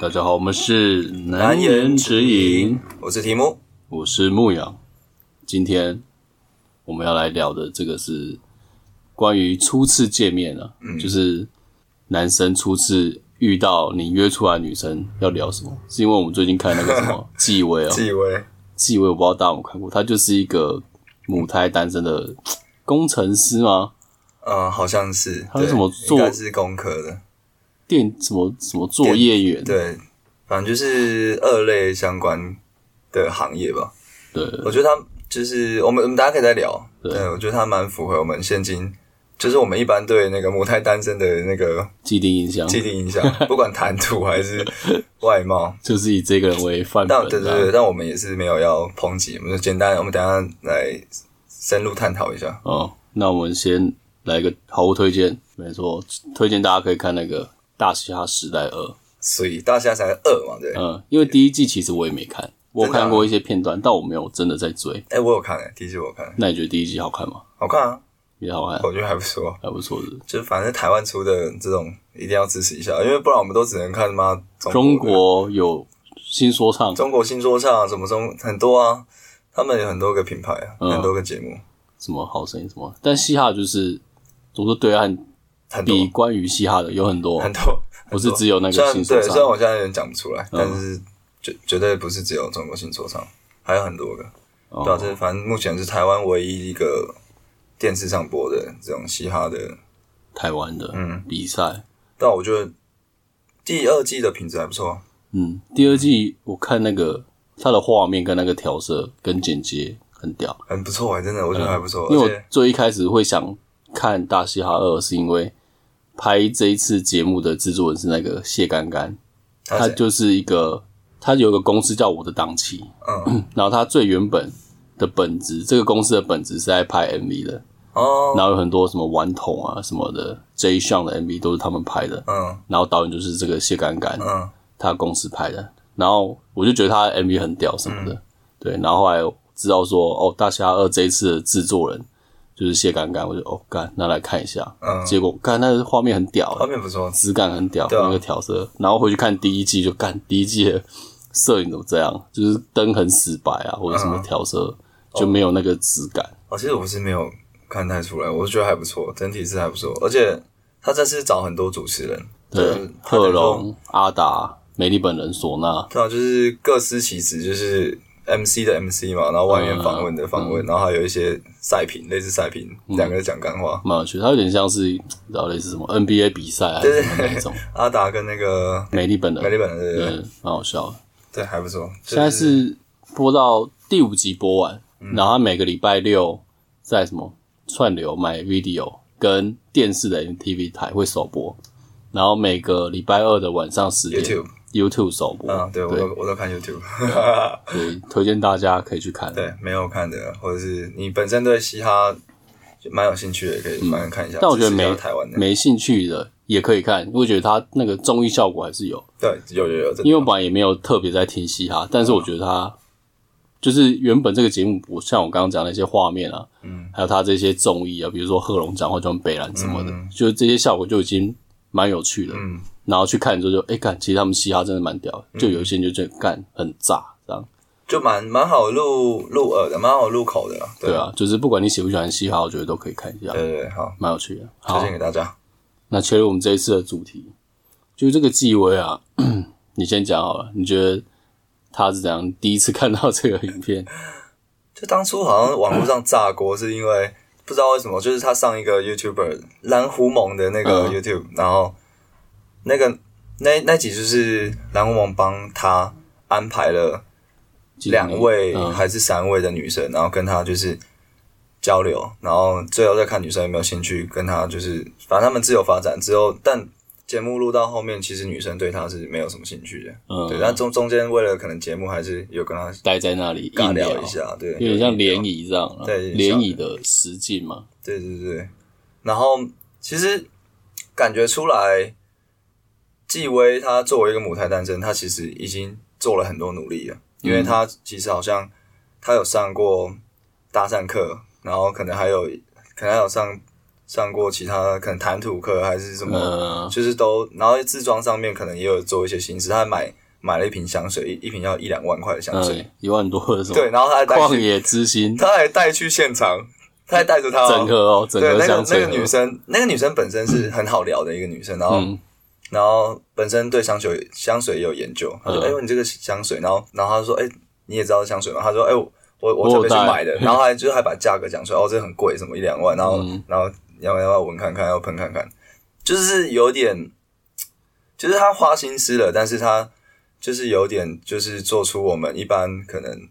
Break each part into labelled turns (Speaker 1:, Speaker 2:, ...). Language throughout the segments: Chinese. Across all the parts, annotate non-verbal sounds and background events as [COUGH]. Speaker 1: 大家好，我们是难言之隐，
Speaker 2: 我是提姆，
Speaker 1: 我是牧羊。今天我们要来聊的这个是关于初次见面啊，
Speaker 2: 嗯
Speaker 1: 就是男生初次遇到你约出来的女生要聊什么？是因为我们最近看那个什
Speaker 2: [LAUGHS]
Speaker 1: 么纪委啊，
Speaker 2: 纪委，
Speaker 1: 纪委我不知道大家有没有看过，他就是一个母胎单身的工程师吗？
Speaker 2: 嗯，好像是，
Speaker 1: 他是
Speaker 2: 对
Speaker 1: 什么做
Speaker 2: 应该是工科的，
Speaker 1: 电什么什么作业员？
Speaker 2: 对，反正就是二类相关的行业吧。
Speaker 1: 对，
Speaker 2: 我觉得他就是我们我们大家可以再聊，
Speaker 1: 对
Speaker 2: 对，我觉得他蛮符合我们现今。就是我们一般对那个母胎单身的那个
Speaker 1: 既定印象
Speaker 2: 既定
Speaker 1: [LAUGHS]
Speaker 2: 印象，不管谈吐还是外貌，
Speaker 1: 就是以这个人为范嗯本
Speaker 2: 但
Speaker 1: 啊。
Speaker 2: 对对对，但我们也是没有要抨击，我们就简单，我们等一下来深入探讨一下。
Speaker 1: 哦，那我们先来个好物推荐，没错，推荐大家可以看那个《大嘻哈时代二》。
Speaker 2: 所以大家才二嘛，对，哎、
Speaker 1: 嗯，因为第一季其实我也没看，我有
Speaker 2: 真的啊
Speaker 1: 看过一些片段，但我没有真的在追。
Speaker 2: 我有看、欸，第一集我有看，
Speaker 1: 那你觉得第一季好看吗？
Speaker 2: 好看啊，
Speaker 1: 也好看，
Speaker 2: 我觉得还不错。啊
Speaker 1: 还不错的。
Speaker 2: 就反正台湾出的这种一定要支持一下，因为不然我们都只能看他妈中
Speaker 1: 中
Speaker 2: 国的
Speaker 1: 国有新说唱，
Speaker 2: 中国新说唱什么中很多啊，他们有很多个品牌啊，
Speaker 1: 嗯
Speaker 2: 很多个节目，
Speaker 1: 什么好声音什么，但嘻哈就是总说对岸
Speaker 2: 很多
Speaker 1: 比关于嘻哈的有很多，
Speaker 2: 很多，
Speaker 1: 不是只有那
Speaker 2: 虽
Speaker 1: 个
Speaker 2: 然
Speaker 1: 新说
Speaker 2: 对，虽然
Speaker 1: 唱。
Speaker 2: 我现在有点讲不出来，
Speaker 1: 嗯
Speaker 2: 但是绝绝对不是只有中国新说唱，还有很多个，
Speaker 1: 哦
Speaker 2: 对啊，这反正目前是台湾唯一一个电视上播的这种嘻哈的，
Speaker 1: 台湾的
Speaker 2: 嗯
Speaker 1: 比赛，
Speaker 2: 但我觉得第二季的品质还不错啊，
Speaker 1: 嗯，第二季我看那个它的画面跟那个调色跟剪接很屌，
Speaker 2: 很不错哎、真的，我觉得还不错，
Speaker 1: 嗯因为
Speaker 2: 而
Speaker 1: 我
Speaker 2: 且
Speaker 1: 最一开始会想看《大嘻哈二》，是因为拍这一次节目的制作人是那个谢干干，
Speaker 2: 它
Speaker 1: 他
Speaker 2: 是
Speaker 1: 就是一个他有一个公司叫我的档期，
Speaker 2: 嗯
Speaker 1: [CLEARS THROAT] 然后他最原本的本质，这个公司的本质是在拍 MV 的，
Speaker 2: 哦
Speaker 1: 然后有很多什么顽童啊什么的这一项的 MV 都是他们拍的，
Speaker 2: 嗯
Speaker 1: 然后导演就是这个谢干干，
Speaker 2: 嗯
Speaker 1: 他公司拍的，然后我就觉得他的 MV 很屌什么
Speaker 2: 嗯
Speaker 1: 的，对，然后后来我知道说哦，《大侠二》这一次的制作人就是谢刚刚，我就哦干，那来看一下，
Speaker 2: 嗯
Speaker 1: 结果看那个画面很屌、
Speaker 2: 画面不错，
Speaker 1: 质感很屌，
Speaker 2: 对啊
Speaker 1: 那个调色，然后回去看第一季就干，第一季的摄影怎么这样，就是灯很死白啊，或者什么
Speaker 2: 嗯
Speaker 1: 调色、就没有那个质感，
Speaker 2: 哦，其实我是没有看太出来，我是觉得还不错，整体是还不错，而且他这次找很多主持人，就是
Speaker 1: 对，
Speaker 2: 他
Speaker 1: 贺
Speaker 2: 等于说，
Speaker 1: 龙、阿达、美丽本人、唢呐，
Speaker 2: 对啊，就是各司其职，就是 MC 的 MC 嘛，然后外
Speaker 1: 嗯
Speaker 2: 面访问的访问，然后还有一些赛评，类似赛评，
Speaker 1: 嗯
Speaker 2: 两个人讲干话。
Speaker 1: 蛮有趣，它有点像是你知道类似什么 NBA 比赛啊还是什么那种，
Speaker 2: 阿达跟那个
Speaker 1: 美丽本人
Speaker 2: 美。丽本人，对对
Speaker 1: 对，
Speaker 2: 对
Speaker 1: 蛮好笑的。
Speaker 2: 对，还不错。
Speaker 1: 嗯现在是播到第五集播完，
Speaker 2: 嗯
Speaker 1: 然后他每个礼拜六在什么串流买 video 跟电视的 MTV 台会首播，然后每个礼拜二的晚上十点
Speaker 2: YouTube
Speaker 1: YouTube 首播。
Speaker 2: 啊，对我
Speaker 1: 对
Speaker 2: 都我都看 YouTube， [LAUGHS]
Speaker 1: 所以推荐大家可以去看。
Speaker 2: 对，没有看的，或者是你本身对嘻哈就蛮有兴趣的，可以慢慢看一下。
Speaker 1: 嗯但我觉得
Speaker 2: 支持一下
Speaker 1: 没
Speaker 2: 台湾的，
Speaker 1: 没兴趣的也可以看，我觉得他那个综艺效果还是有，
Speaker 2: 对，有有有，真的
Speaker 1: 因为我本来也没有特别在听嘻哈，但是我觉得他就是原本这个节目，我像我刚刚讲的那些画面啊，嗯，还有他这些综艺啊，比如说贺龙讲话就很北兰什么的，就是这些效果就已经蛮有趣的。
Speaker 2: 嗯，
Speaker 1: 然后去看之后就，哎、干，其实他们嘻哈真的蛮屌的，就有一些人就觉得干很炸这样。
Speaker 2: 就蛮蛮好入入耳的，蛮好入口的啦。
Speaker 1: 对啊，就是不管你喜不喜欢嘻哈，我觉得都可以看一下
Speaker 2: 对，对对，好，
Speaker 1: 蛮有趣的。啊好
Speaker 2: 推，荐给大家。
Speaker 1: 那切入我们这一次的主题，就是这个纪委啊， [CLEARS THROAT] 你先讲好了，你觉得他是怎样第一次看到这个影片？
Speaker 2: 就当初好像网络上炸锅，是因为不知道为什么，就是他上一个 YouTuber 蓝狐獴的那个
Speaker 1: 嗯
Speaker 2: YouTube，、然后那个那那集就是蓝狐獴帮他安排了两位
Speaker 1: 嗯
Speaker 2: 还是三位的女生，然后跟他就是交流，然后最后再看女生有没有兴趣跟他就是，反正他们自由发展之后，但节目录到后面，其实女生对他是没有什么兴趣的，
Speaker 1: 嗯，
Speaker 2: 对，但中中间为了可能节目还是有跟他
Speaker 1: 待在那里
Speaker 2: 尬
Speaker 1: 硬
Speaker 2: 聊一，下，对，
Speaker 1: 有点像联
Speaker 2: 谊，
Speaker 1: 谊这样啊，
Speaker 2: 对有点
Speaker 1: 联
Speaker 2: 像
Speaker 1: 谊的实境嘛，
Speaker 2: 对对对，然后其实感觉出来，纪薇她作为一个母胎单身，她其实已经做了很多努力了，因
Speaker 1: 嗯
Speaker 2: 为她其实好像她有上过搭讪课，然后可能还有可能还有上上过其他可能谈吐课还是什么，
Speaker 1: 呃，
Speaker 2: 就是都，然后自装上面可能也有做一些心思，他还买买了一瓶香水，一一瓶要一两万块的香水，
Speaker 1: 呃，一万多的什么？
Speaker 2: 对，，然后他还带
Speaker 1: 旷
Speaker 2: 去，
Speaker 1: 野之心，
Speaker 2: 他还带去现场，他还带着他、哦、
Speaker 1: 整盒哦，整
Speaker 2: 对
Speaker 1: 盒
Speaker 2: 那
Speaker 1: 香
Speaker 2: 个那
Speaker 1: 水
Speaker 2: 个
Speaker 1: 盒。
Speaker 2: 女生，那个女生本身是很好聊的一个女生，然后、
Speaker 1: 嗯，
Speaker 2: 然后本身对香水香水也有研究，她说：“哎、
Speaker 1: 嗯
Speaker 2: 呦，你这个香水。”然后然后她说：“哎、你也知道香水吗？”她说：“哎、我我
Speaker 1: 我
Speaker 2: 我
Speaker 1: 有
Speaker 2: 准备去
Speaker 1: 带
Speaker 2: 买的。”然后还就是还把价格讲出来，哦，这很贵，什么一两万，然后、
Speaker 1: 嗯
Speaker 2: 然后要不要要闻看看，要喷看看，就是有点，就是她花心思了，但是她就是有点就是做出我们一般可能。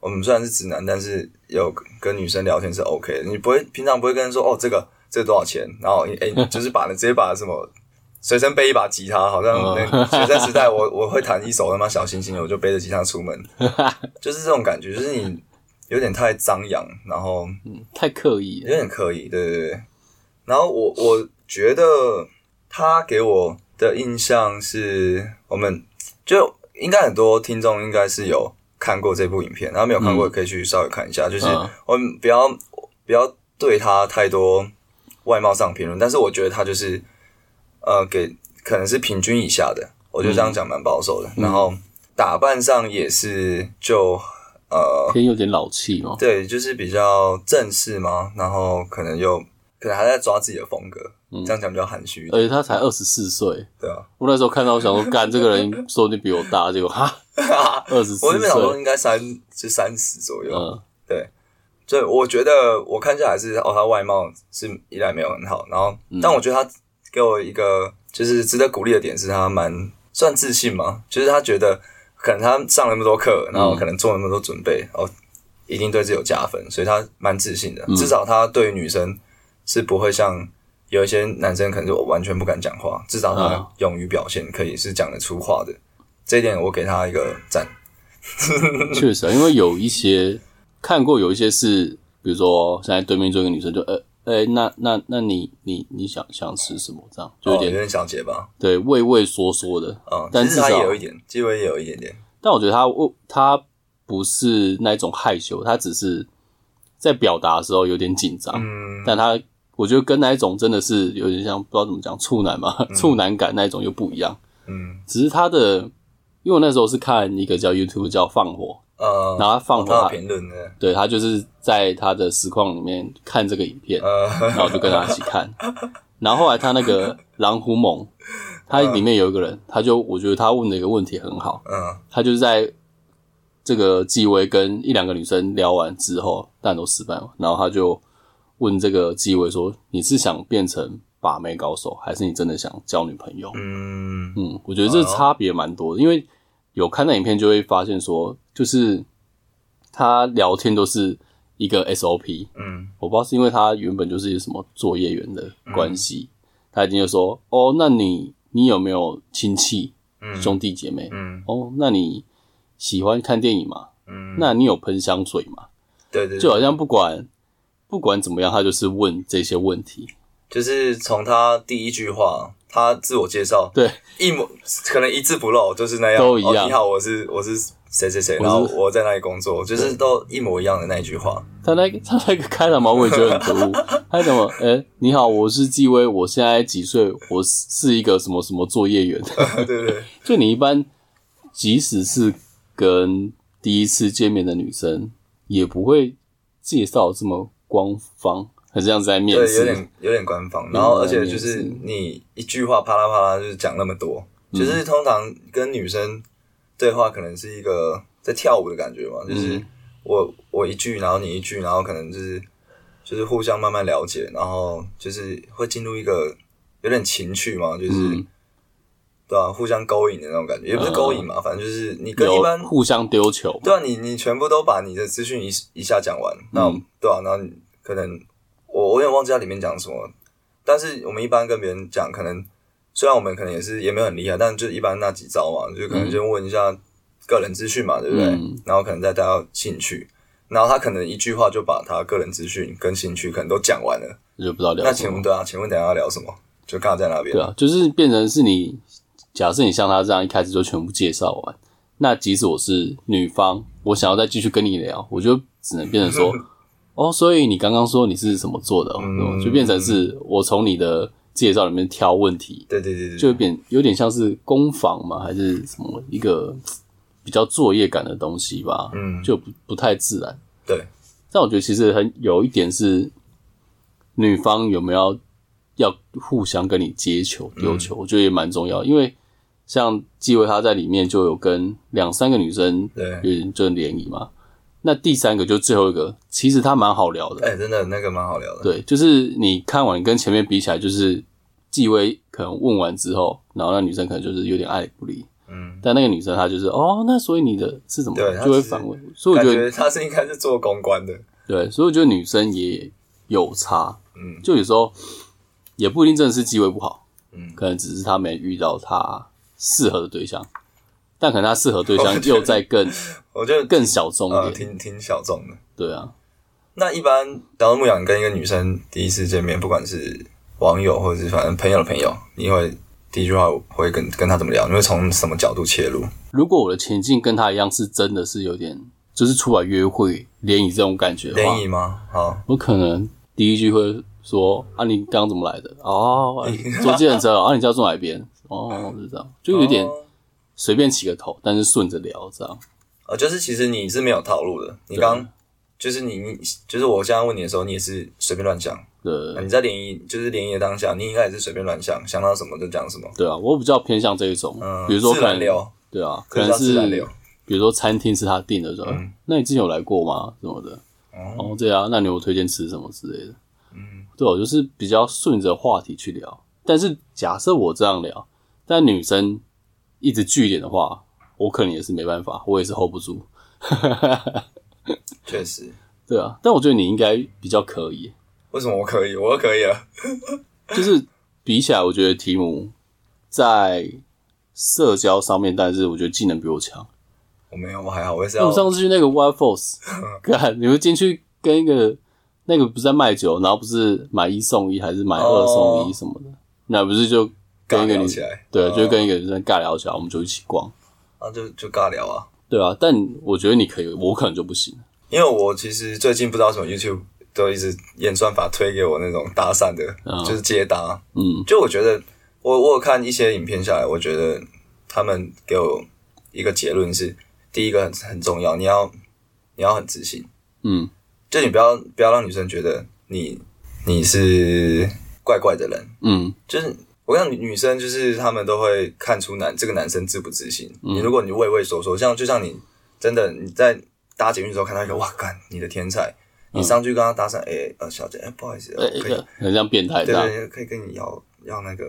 Speaker 2: 我们虽然是直男，但是有跟女生聊天是 OK 的。你不会平常不会跟人说哦，这个这个多少钱？然后哎、你就是把直接把什么随身背一把吉他，好像
Speaker 1: 哦
Speaker 2: 那学生时代 [LAUGHS] 我我会弹一首他妈小星星，我就背着吉他出门，就是这种感觉，就是你有点太张扬，然后
Speaker 1: 太刻意
Speaker 2: 有
Speaker 1: 了。
Speaker 2: 点刻意，对对对。然后我我觉得他给我的印象是我们就应该很多听众应该是有看过这部影片，然后没有看过
Speaker 1: 嗯
Speaker 2: 可以去稍微看一下，就是
Speaker 1: 嗯
Speaker 2: 我们不要不要对他太多外貌上评论，但是我觉得他就是呃给可能是平均以下的，我觉得这
Speaker 1: 嗯
Speaker 2: 样讲蛮保守的。然后打扮上也是就呃
Speaker 1: 偏有点老气嘛，
Speaker 2: 对，就是比较正式嘛，然后可能又可能还在抓自己的风格，
Speaker 1: 嗯
Speaker 2: 这样讲比较含蓄一点，
Speaker 1: 而且他才二十四岁。
Speaker 2: 对啊。
Speaker 1: 我那时候看到，我想
Speaker 2: [LAUGHS]
Speaker 1: 说，干这个人说不定比我大，结果哈，二十
Speaker 2: 我
Speaker 1: 四
Speaker 2: 原本想说
Speaker 1: 岁，
Speaker 2: 应该三就三十左右，
Speaker 1: 嗯
Speaker 2: 所以我觉得我看下来是哦，他外貌是依然没有很好，然后、
Speaker 1: 嗯
Speaker 2: 但我觉得他给我一个就是值得鼓励的点是他蛮算自信嘛，就是他觉得可能他上了那么多课，然
Speaker 1: 嗯
Speaker 2: 后可能做了那么多准备，哦，一定对自己有加分，所以他蛮自信的，
Speaker 1: 嗯
Speaker 2: 至少他对于女生是不会像。有一些男生可能就完全不敢讲话，至少他
Speaker 1: 啊
Speaker 2: 勇于表现，可以是讲得出话的。这一点我给他一个赞。
Speaker 1: 确实啊，因为有一些看过，有一些是，比如说现在对面坐一个女生就，呃，哎、那那那你你你想想吃什么？这样就有
Speaker 2: 哦
Speaker 1: 点、
Speaker 2: 有点小结巴，
Speaker 1: 对畏畏缩缩的。
Speaker 2: 嗯，
Speaker 1: 但
Speaker 2: 其实他
Speaker 1: 至少
Speaker 2: 也有一点，基本也有一点点。
Speaker 1: 但我觉得他他不是那种害羞，他只是在表达的时候有点紧张。
Speaker 2: 嗯，
Speaker 1: 但他我觉得跟那一种真的是有点像，不知道怎么讲，处男嘛，处男感那一种又不一样。
Speaker 2: 嗯
Speaker 1: 只是他的，因为我那时候是看一个叫 YouTube 叫放火，
Speaker 2: 呃，
Speaker 1: 然后他放火
Speaker 2: 他
Speaker 1: 他
Speaker 2: 的评论呢？
Speaker 1: 对他就是在他的实况里面看这个影片，然
Speaker 2: 呃， [LAUGHS]
Speaker 1: 后我就跟他一起看。然后后来他那个狼虎猛，他里面有一个人，他就我觉得他问的一个问题很好，
Speaker 2: 嗯
Speaker 1: 他就是在这个纪威跟一两个女生聊完之后，但都失败嘛，然后他就问这个纪威说：“你是想变成把妹高手，还是你真的想交女朋友？”
Speaker 2: 嗯
Speaker 1: 嗯，我觉得这差别蛮多的，因为有看那影片就会发现说，就是他聊天都是一个 SOP，
Speaker 2: 嗯
Speaker 1: 我不知道是因为他原本就是什么作业员的关系，他一定就说：“哦，那你你有没有亲戚
Speaker 2: 嗯
Speaker 1: 兄弟姐妹？
Speaker 2: 嗯
Speaker 1: 哦，那你喜欢看电影吗？
Speaker 2: 嗯，
Speaker 1: 那你有喷香水吗？”
Speaker 2: 对对，
Speaker 1: 就
Speaker 2: 对
Speaker 1: 好像不管不管怎么样，他就是问这些问题。
Speaker 2: 就是从他第一句话，他自我介绍，
Speaker 1: 对，
Speaker 2: 一模可能一字不漏，就是那样，
Speaker 1: 都一样
Speaker 2: 哦你好，我是我是谁谁谁，
Speaker 1: 我是
Speaker 2: 然后我在那里工作，就是都一模一样的那一句话。 [LAUGHS]
Speaker 1: 他那个他那个开场白我也觉得很突兀。他怎么？哎、你好，我是纪威，我现在几岁？我是是一个什么什么作业员？ [LAUGHS]
Speaker 2: 对对对，
Speaker 1: 就你一般，即使是跟第一次见面的女生，也不会介绍这么官方，很像是在面
Speaker 2: 对，有
Speaker 1: 试。
Speaker 2: 点有点官方，然后而且就
Speaker 1: 有
Speaker 2: 是
Speaker 1: 点面
Speaker 2: 你一句话啪啦啪啦就是讲那么多，
Speaker 1: 嗯
Speaker 2: 就是通常跟女生对话可能是一个在跳舞的感觉嘛，
Speaker 1: 嗯
Speaker 2: 就是我我一句，然后你一句，然后可能就是就是互相慢慢了解，然后就是会进入一个有点情趣嘛，就是、
Speaker 1: 嗯呃
Speaker 2: 对啊，互相勾引的那种感觉，也不是勾引嘛，反正就是你跟一
Speaker 1: 有
Speaker 2: 般
Speaker 1: 互相丢球，
Speaker 2: 对啊，你你全部都把你的资讯一一下讲完，那、
Speaker 1: 嗯
Speaker 2: 对啊，那你可能我我有点忘记它里面讲什么，但是我们一般跟别人讲，可能虽然我们可能也是也没有很厉害，但就一般那几招嘛，就可能先问一下个人资讯嘛，对不对？
Speaker 1: 嗯
Speaker 2: 然后可能再带到兴趣，然后他可能一句话就把他个人资讯跟兴趣可能都讲完了。
Speaker 1: 就不知道
Speaker 2: 那
Speaker 1: 聊什
Speaker 2: 请问
Speaker 1: 么。
Speaker 2: 对啊，请问等一下要聊什么？就刚好在那边
Speaker 1: 对，啊，就是变成是你，假设你像他这样一开始就全部介绍完，那即使我是女方，我想要再继续跟你聊，我就只能变成说，哦，所以你刚刚说你是怎么做的、哦，
Speaker 2: 嗯
Speaker 1: 对吧就变成是我从你的介绍里面挑问题，
Speaker 2: 对对对对，
Speaker 1: 就有点有点像是攻防嘛，还是什么一个比较作业感的东西吧，
Speaker 2: 嗯
Speaker 1: 就不不太自然。
Speaker 2: 对，
Speaker 1: 但我觉得其实很有一点是，女方有没有要互相跟你接球
Speaker 2: 嗯
Speaker 1: 丢球，我觉得也蛮重要，因为像纪委他在里面就有跟两三个女生
Speaker 2: 对
Speaker 1: 有点就是联谊嘛。那第三个就最后一个，其实他蛮好聊的，
Speaker 2: 哎、真的那个蛮好聊的，
Speaker 1: 对，就是你看完跟前面比起来，就是纪薇可能问完之后，然后那女生可能就是有点爱理不理，
Speaker 2: 嗯，
Speaker 1: 但那个女生她就是哦，那所以你的是怎么
Speaker 2: 对她
Speaker 1: 就会
Speaker 2: 其实
Speaker 1: 反问，所以我
Speaker 2: 感
Speaker 1: 觉得
Speaker 2: 觉他是应该是做公关的，
Speaker 1: 对，所以我觉得女生也有差，
Speaker 2: 嗯，
Speaker 1: 就有时候也不一定真的是机会不好，
Speaker 2: 嗯
Speaker 1: 可能只是她没遇到她适合的对象，但可能她适合对
Speaker 2: 我
Speaker 1: 象
Speaker 2: 觉得
Speaker 1: 又在更
Speaker 2: 我觉得
Speaker 1: [LAUGHS] 更小众
Speaker 2: 呃
Speaker 1: 一点，
Speaker 2: 挺挺小众的。
Speaker 1: 对啊，
Speaker 2: 那一般，然后牧羊跟一个女生第一次见面，不管是网友或者是反正朋友的朋友，你会第一句话会跟跟他怎么聊？你会从什么角度切入？
Speaker 1: 如果我的前进跟她一样，是真的是有点就是出来约会联谊这种感觉的话
Speaker 2: 联，谊吗？好，
Speaker 1: 我可能第一句会说啊，你刚刚怎么来的？哦，
Speaker 2: 哎
Speaker 1: 啊坐计程车哦啊，你家住哪边？哦，就这样，就有点
Speaker 2: 哦
Speaker 1: 随便起个头，但是顺着聊这样。
Speaker 2: 呃，就是其实你是没有套路的，你刚就是你你就是我现在问你的时候，你也是随便乱讲。
Speaker 1: 对，
Speaker 2: 你在联谊就是联谊的当下，你应该也是随便乱想，想到什么就讲什么。
Speaker 1: 对啊，我比较偏向这一种，
Speaker 2: 嗯，
Speaker 1: 比如说
Speaker 2: 自
Speaker 1: 可
Speaker 2: 然
Speaker 1: 能
Speaker 2: 聊，
Speaker 1: 对啊，可
Speaker 2: 这
Speaker 1: 能
Speaker 2: 叫自
Speaker 1: 是
Speaker 2: 然流嗯
Speaker 1: 比如说餐厅是他订的，是吧？那你之前有来过吗？什么的？哦，对啊，那你有推荐吃什么之类的？嗯，对、我就是比较顺着话题去聊。但是假设我这样聊，但女生一直据点的话，我可能也是没办法，我也是 hold 不住。 [LAUGHS]
Speaker 2: 确实。
Speaker 1: 对啊，但我觉得你应该比较可以，
Speaker 2: 为什么我可以？我又可以了。
Speaker 1: 就是比起来，我觉得提姆在社交上面，但是我觉得技能比我强。
Speaker 2: 我没有，我还好，我也是
Speaker 1: 那
Speaker 2: 要
Speaker 1: 我上次去那个 Wild
Speaker 2: [LAUGHS]
Speaker 1: Force，干，你们进去跟一个那个不是在卖酒，然后不是买一送一还是买二送一什么的，那不是就跟
Speaker 2: 尬
Speaker 1: 一个
Speaker 2: 聊
Speaker 1: 女
Speaker 2: 起来。
Speaker 1: 对，
Speaker 2: 嗯
Speaker 1: 就跟一个女生尬聊起来，我们就一起逛，
Speaker 2: 啊，就就尬聊啊。
Speaker 1: 对啊。但我觉得你可以，我可能就不行。
Speaker 2: 因为我其实最近不知道为什么 YouTube 都一直演算法推给我那种搭讪的，
Speaker 1: 嗯
Speaker 2: 就是接搭。
Speaker 1: 嗯，
Speaker 2: 就我觉得，我我有看一些影片下来，我觉得他们给我一个结论是：第一个很很重要，你要你要很自信，
Speaker 1: 嗯，
Speaker 2: 就你不要不要让女生觉得你你是怪怪的人。
Speaker 1: 嗯，
Speaker 2: 就是我跟你讲女女生就是她们都会看出男这个男生自不自信。
Speaker 1: 嗯
Speaker 2: 你如果你畏畏缩缩，像就像你真的你在搭捷运的时候看到一个哇干你的天才，你上去跟他搭讪，哎、呃小姐，哎、不好意思，
Speaker 1: 嗯哎、
Speaker 2: 呃
Speaker 1: 一
Speaker 2: 可以，
Speaker 1: 个很像变态这
Speaker 2: 对
Speaker 1: 样，
Speaker 2: 对，可以跟你要要那个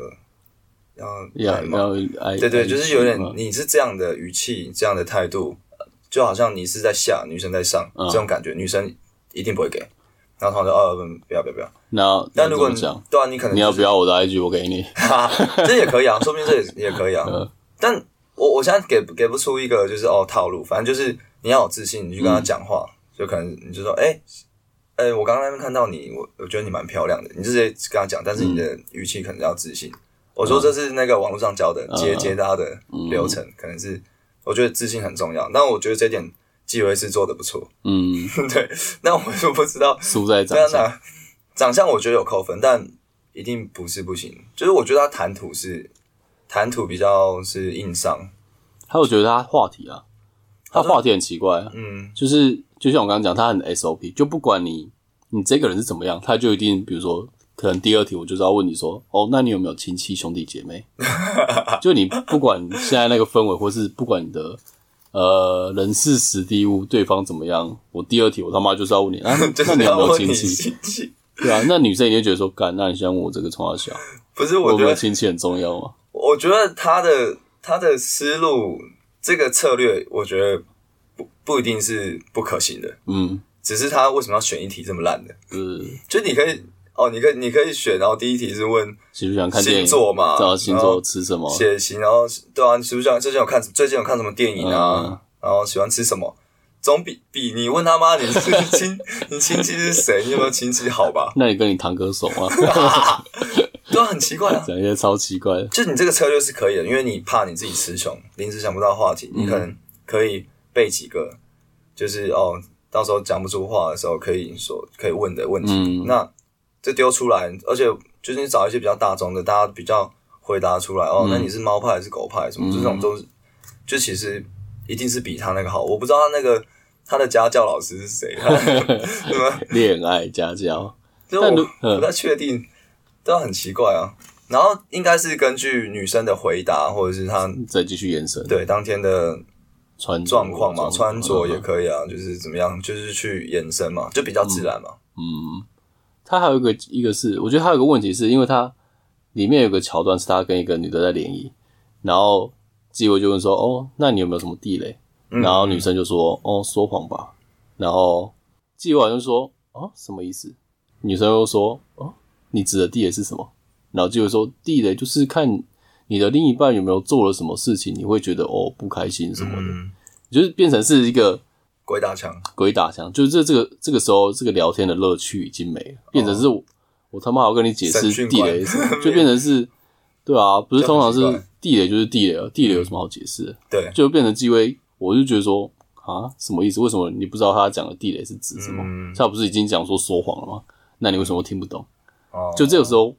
Speaker 2: 要
Speaker 1: 要
Speaker 2: 奶吗
Speaker 1: 要哎，
Speaker 2: 对对，
Speaker 1: 哎
Speaker 2: 就是有点
Speaker 1: 嗯
Speaker 2: 你是这样的语气，这样的态度，呃就好像你是在下，女生在上、
Speaker 1: 嗯
Speaker 2: 这种感觉，女生一定不会给。然后他们说：“哦，不不要不要不要。
Speaker 1: 那”
Speaker 2: 但如果
Speaker 1: 你
Speaker 2: 你
Speaker 1: 怎么
Speaker 2: 对啊，你可
Speaker 1: 讲，
Speaker 2: 能
Speaker 1: 你要
Speaker 2: 就是
Speaker 1: 不要我的 IG，我给你。
Speaker 2: 哈，这也可以啊，说不定这也也可以啊。但我我现在给给不出一个就是哦套路，反正就是你要有自信，你去跟他讲话，就可能你就说，哎、哎、我刚刚那边看到你，我我觉得你蛮漂亮的，你就直接跟他讲，但是你的语气可能要自信。我说这是那个网络上教的接接搭的流程，可能是我觉得自信很重要。但我觉得这点纪维是做的不错，
Speaker 1: 嗯，
Speaker 2: 对。那我就不知道
Speaker 1: 输在长
Speaker 2: 对啊，
Speaker 1: 相，
Speaker 2: 那长相我觉得有扣分，但一定不是不行。就是我觉得他谈吐是谈吐比较是硬伤，
Speaker 1: 还有我觉得他话题啊，他话题很奇怪、啊。 [LAUGHS]
Speaker 2: 嗯，
Speaker 1: 就是就像我刚刚讲，他很 SOP，就不管你你这个人是怎么样，他就一定，比如说，可能第二题我就是要问你说，哦，那你有没有亲戚兄弟姐
Speaker 2: [LAUGHS]
Speaker 1: 妹？就你不管现在那个氛围，或是不管你的呃人事实地物，对方怎么样，我第二题我他妈就是要问你，
Speaker 2: [LAUGHS]
Speaker 1: 啊、
Speaker 2: 就
Speaker 1: 那
Speaker 2: 是
Speaker 1: 你有
Speaker 2: 要
Speaker 1: 没有
Speaker 2: 问你
Speaker 1: 亲戚？
Speaker 2: 亲戚。
Speaker 1: 对啊，那女生一定会觉得说，干，那你现在问我这个从小小，
Speaker 2: [LAUGHS] 不是，
Speaker 1: 我
Speaker 2: 我
Speaker 1: 有
Speaker 2: 觉
Speaker 1: 没有
Speaker 2: 得，
Speaker 1: 亲戚很重要吗？
Speaker 2: 我觉得他的他的思路这个策略，我觉得不不一定是不可行的，
Speaker 1: 嗯，
Speaker 2: 只是他为什么要选一题这么烂的？
Speaker 1: 就是
Speaker 2: 就你可以哦，你可以你可以选，然后第一题是问
Speaker 1: 喜不喜欢看电影？
Speaker 2: 星座嘛
Speaker 1: 知道星
Speaker 2: 然
Speaker 1: 座
Speaker 2: 后
Speaker 1: 吃什么？
Speaker 2: 血型，然后对啊，你是不是想最近有看最近有看什么电影啊？
Speaker 1: 嗯
Speaker 2: 然后喜欢吃什么？总比比你问他妈你是亲 [LAUGHS] 你亲戚是谁，你有没有亲戚好吧？
Speaker 1: 那你跟你堂哥熟
Speaker 2: [LAUGHS]
Speaker 1: 吗？
Speaker 2: 对啊，很奇怪啊。
Speaker 1: 讲一些超奇怪的。
Speaker 2: 就你这个策略是可以的，因为你怕你自
Speaker 1: 嗯
Speaker 2: 己词穷，临时想不到话题，你可能可以背几个，就是哦，到时候讲不出话的时候可以说可以问的问题。
Speaker 1: 嗯
Speaker 2: 那这丢出来，而且就是你找一些比较大众的，大家比较回答出来哦，
Speaker 1: 嗯
Speaker 2: 那你是猫派还是狗派什么？这种都是，就其实一定是比他那个好。我不知道他那个他的家教老师
Speaker 1: [LAUGHS]
Speaker 2: 是谁，他对吧？
Speaker 1: 恋爱家教，
Speaker 2: 就
Speaker 1: 但
Speaker 2: 我
Speaker 1: 如嗯
Speaker 2: 不太确定，都很奇怪啊。然后应该是根据女生的回答，或者是她
Speaker 1: 再继续延伸
Speaker 2: 对当天的
Speaker 1: 穿着
Speaker 2: 状况嘛，
Speaker 1: 嗯状
Speaker 2: 穿着也可以啊，就是怎么样，就是去延伸嘛，就比较自然嘛。
Speaker 1: 嗯，他还有一个一个是，我觉得他有个问题是因为他里面有个桥段是他跟一个女的在联谊，然后基友就问说：“哦，那你有没有什么地雷？”
Speaker 2: 嗯
Speaker 1: 然后女生就说：“哦，说谎吧。”然后基友好像就说：“哦，什么意思？”女生又说：“哦，你指的地雷是什么？”然后基友说：“地雷就是看你的另一半有没有做了什么事情，你会觉得哦不开心什么的，
Speaker 2: 嗯，
Speaker 1: 就是变成是一个
Speaker 2: 鬼打墙，
Speaker 1: 鬼打墙，就是这这个这个时候这个聊天的乐趣已经没了，变成是我、我他妈要跟你解
Speaker 2: 哦审
Speaker 1: 释
Speaker 2: 讯
Speaker 1: 地
Speaker 2: 官
Speaker 1: 雷是什么， [LAUGHS] 就变成是，对啊，不是
Speaker 2: 这样
Speaker 1: 通常
Speaker 2: 很奇怪
Speaker 1: 是地雷就是地雷，了，地雷
Speaker 2: 嗯
Speaker 1: 有什么好解释的？
Speaker 2: 对，
Speaker 1: 就变成纪威，我就觉得说啊，什么意思？为什么你不知道他讲的地雷是指什么？
Speaker 2: 嗯
Speaker 1: 他不是已经讲说说谎了吗？那你为什么听不懂？
Speaker 2: 哦，
Speaker 1: 就这个时候，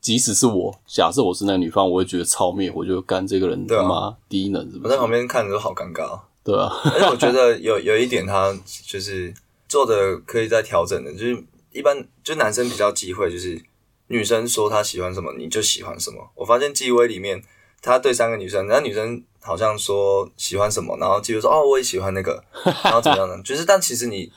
Speaker 1: 即使是我，假设我是那个女方，我会觉得超灭，我就干这个人
Speaker 2: 对啊
Speaker 1: 他妈低能，是不
Speaker 2: 我
Speaker 1: 是
Speaker 2: 在？旁边看着都好尴尬、哦。
Speaker 1: 对啊，
Speaker 2: 而且我觉得有有一点，他就是做的可以再调整的，就是一般就男生比较忌讳，就是女生说她喜欢什么，你就喜欢什么。我发现纪威里面，他对三个女生，那女生好像说喜欢什么，然后纪威说哦我也喜欢那个，然后怎么样呢？就是但其实你。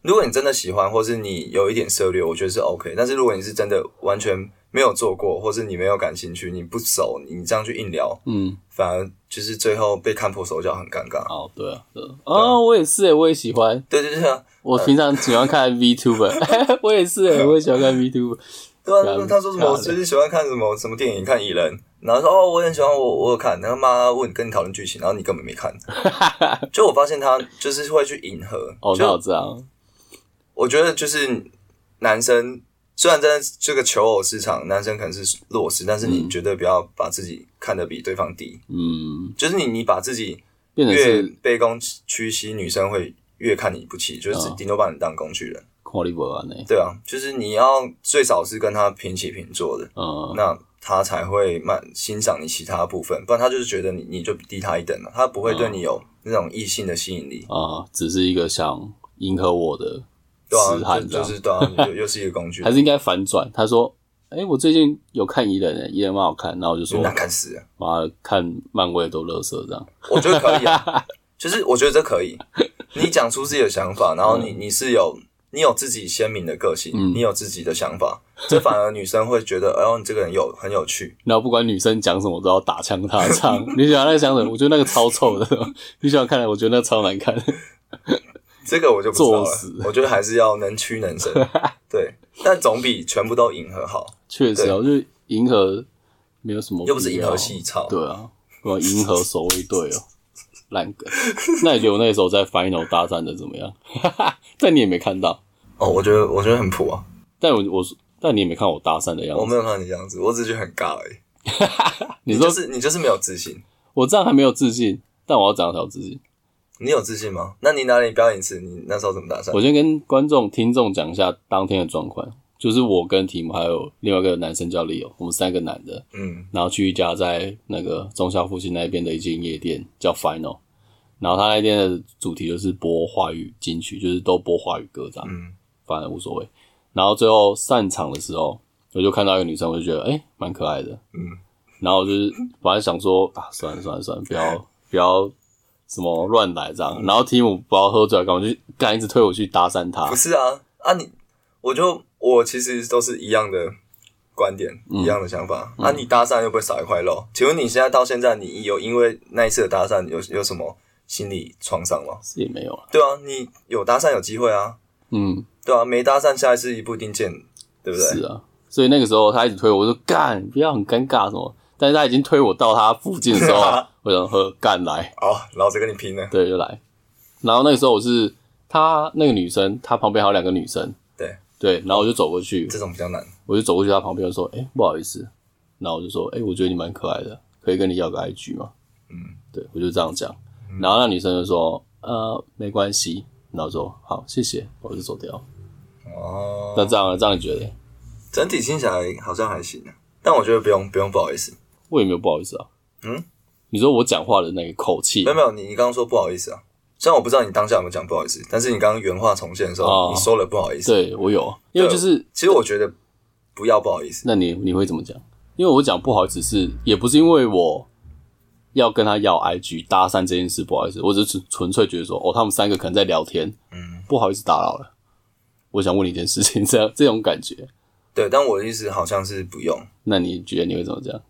Speaker 2: 如果你真的喜欢，或是你有一点涉猎，我觉得是 OK。但是如果你是真的完全没有做过，或是你没有感兴趣，你不熟，你这样去硬聊，
Speaker 1: 嗯，
Speaker 2: 反而就是最后被看破手脚，很尴尬。
Speaker 1: 哦，对啊，对啊，啊，我也是诶，我也喜欢。
Speaker 2: 对对对啊，
Speaker 1: 我平常喜欢看 VTuber，我也 [LAUGHS] 是、欸，
Speaker 2: 嗯
Speaker 1: 我也喜欢看 VTuber。
Speaker 2: 对啊，
Speaker 1: 对啊
Speaker 2: 那他说什么？
Speaker 1: 尬
Speaker 2: 我
Speaker 1: 的
Speaker 2: 最近喜欢看什么什么电影？看蚁人，然后说哦，我很喜欢我我有看，然后妈问跟你讨论剧情，然后你根本
Speaker 1: [LAUGHS]
Speaker 2: 没看。就我发现他就是会去迎合，
Speaker 1: 哦，那我
Speaker 2: 就
Speaker 1: 知道，
Speaker 2: 我觉得就是男生虽然在这个求偶市场，男生可能是弱势，但是你绝对不要把自己看得比对方低，
Speaker 1: 嗯，
Speaker 2: 就是你你把自己
Speaker 1: 变成
Speaker 2: 越
Speaker 1: 是
Speaker 2: 卑躬屈膝，女生会越看你不起，就是
Speaker 1: 哦
Speaker 2: 顶多把你当工具人。
Speaker 1: 看你不完呢。
Speaker 2: 对啊，就是你要最少是跟他平起平坐的。
Speaker 1: 嗯，
Speaker 2: 那他才会慢欣赏你其他部分，不然他就是觉得你你就低他一等了，他不会对你有
Speaker 1: 嗯
Speaker 2: 那种异性的吸引力，
Speaker 1: 啊、只是一个想迎合我的
Speaker 2: 对
Speaker 1: 痴
Speaker 2: 啊，
Speaker 1: 汉
Speaker 2: 就
Speaker 1: 这样，
Speaker 2: 就是对啊，你就又是一个工具
Speaker 1: 还，是应该反转？他说：“哎、我最近有看伊人、欸，伊人蛮好看。”然后我就说
Speaker 2: 那看死了，：“妈的，看漫威都乐色这样。我觉得可以
Speaker 1: [LAUGHS]
Speaker 2: 啊，就是我觉得这可以，你讲出自己的想法，然后你你是有你有自己鲜明的个性，
Speaker 1: 嗯
Speaker 2: 你有自己的想法，这反而女生会觉得，哎呦，你这个人有很有趣，”
Speaker 1: 然后不管女生讲什么，都要打枪他
Speaker 2: [LAUGHS]
Speaker 1: 唱。你喜欢那个想什么？我觉得那个超臭的。 [LAUGHS] 你喜欢看的？我觉得那个超难看。
Speaker 2: 这个我就不知道
Speaker 1: 作
Speaker 2: 了
Speaker 1: 死，
Speaker 2: 我觉得还是要能屈
Speaker 1: [LAUGHS]
Speaker 2: 能伸，对，但总比全部都迎合好，
Speaker 1: 确实啊，就是迎合没有什么必要，
Speaker 2: 又不是迎合细操，
Speaker 1: 对啊，我迎合守卫队哦，烂梗。那你觉得我那时候在 final 大战的怎么样？但你也没看到，
Speaker 2: 哦，我觉得我觉得很普啊，
Speaker 1: 但我我但你也没看我搭讪的样
Speaker 2: 我
Speaker 1: 子。
Speaker 2: 没有看到你这样子，我只是觉得很尬而已。
Speaker 1: 你
Speaker 2: 你
Speaker 1: 说
Speaker 2: 就是你就是没有自信，
Speaker 1: 我这样还没有自信，但我要怎样才有自信？
Speaker 2: 你有自信吗？那你哪里表演一次？你那时候怎么打算
Speaker 1: 我？先跟观众、听众讲一下当天的状况，就是我跟提姆还有另外一个男生叫 Leo，我们三个男的，
Speaker 2: 嗯，
Speaker 1: 然后去一家在那个中校附近那边的一间夜店叫 Final，然后他那天的主题就是播华语金曲，就是都播华语歌这样，
Speaker 2: 嗯
Speaker 1: 反正无所谓。然后最后散场的时候，我就看到一个女生，我就觉得哎蛮、可爱的，
Speaker 2: 嗯，
Speaker 1: 然后我就是本来想说啊算了算了算了，不要不要什么乱来这样，然后提姆不知道喝醉了干嘛，就干一直推我去搭讪他
Speaker 2: 不，是啊啊你，我就我其实都是一样的观点，
Speaker 1: 嗯
Speaker 2: 一样的想法。啊，你搭讪又不会少一块肉？请问你现在到现在，你有因为那一次的搭讪有有什么心理创伤吗？
Speaker 1: 是也没有了，
Speaker 2: 对啊，你有搭讪有机会啊，
Speaker 1: 嗯，
Speaker 2: 对啊，没搭讪下一次也不一定见，对不对？
Speaker 1: 是啊，所以那个时候他一直推我，我说干，不要很尴尬什么。但是他已经推我到他附近的
Speaker 2: [LAUGHS]
Speaker 1: 时候啊，我想喝干来，
Speaker 2: 哦，老子跟你拼了，
Speaker 1: 对，就来。然后那个时候我是他那个女生，她旁边还有两个女生，
Speaker 2: 对
Speaker 1: 对，然后我就走过去，
Speaker 2: 这种比较难。
Speaker 1: 我就走过去她旁边我说，哎、不好意思，然后我就说，哎、我觉得你蛮可爱的，可以跟你要个 IG 吗？
Speaker 2: 嗯，
Speaker 1: 对，我就这样讲。然后那女生就说，呃，没关系。然后说好，谢谢，我就走掉。
Speaker 2: 哦，
Speaker 1: 那这样，这样你觉得？
Speaker 2: 整体听起来好像还行啊，但我觉得不用不用不好意思。
Speaker 1: 我也没有不好意思啊。
Speaker 2: 嗯，
Speaker 1: 你说我讲话的那个口气
Speaker 2: 没有没有，你你刚刚说不好意思啊，虽然我不知道你当下有没有讲不好意思，但是你刚刚原话重现的时候，
Speaker 1: 哦
Speaker 2: 你说了不好意思。
Speaker 1: 对我有，啊因为就是
Speaker 2: 其实我觉得不要不好意思，
Speaker 1: 那你你会怎么讲？因为我讲不好意思是也不是因为我要跟他要 IG 搭讪这件事不好意思，我只是纯纯粹觉得说哦，他们三个可能在聊天，嗯，不好意思打扰了。我想问你一件事情，这样这种感觉，
Speaker 2: 对，但我的意思好像是不用，
Speaker 1: 那你觉得你会怎么讲？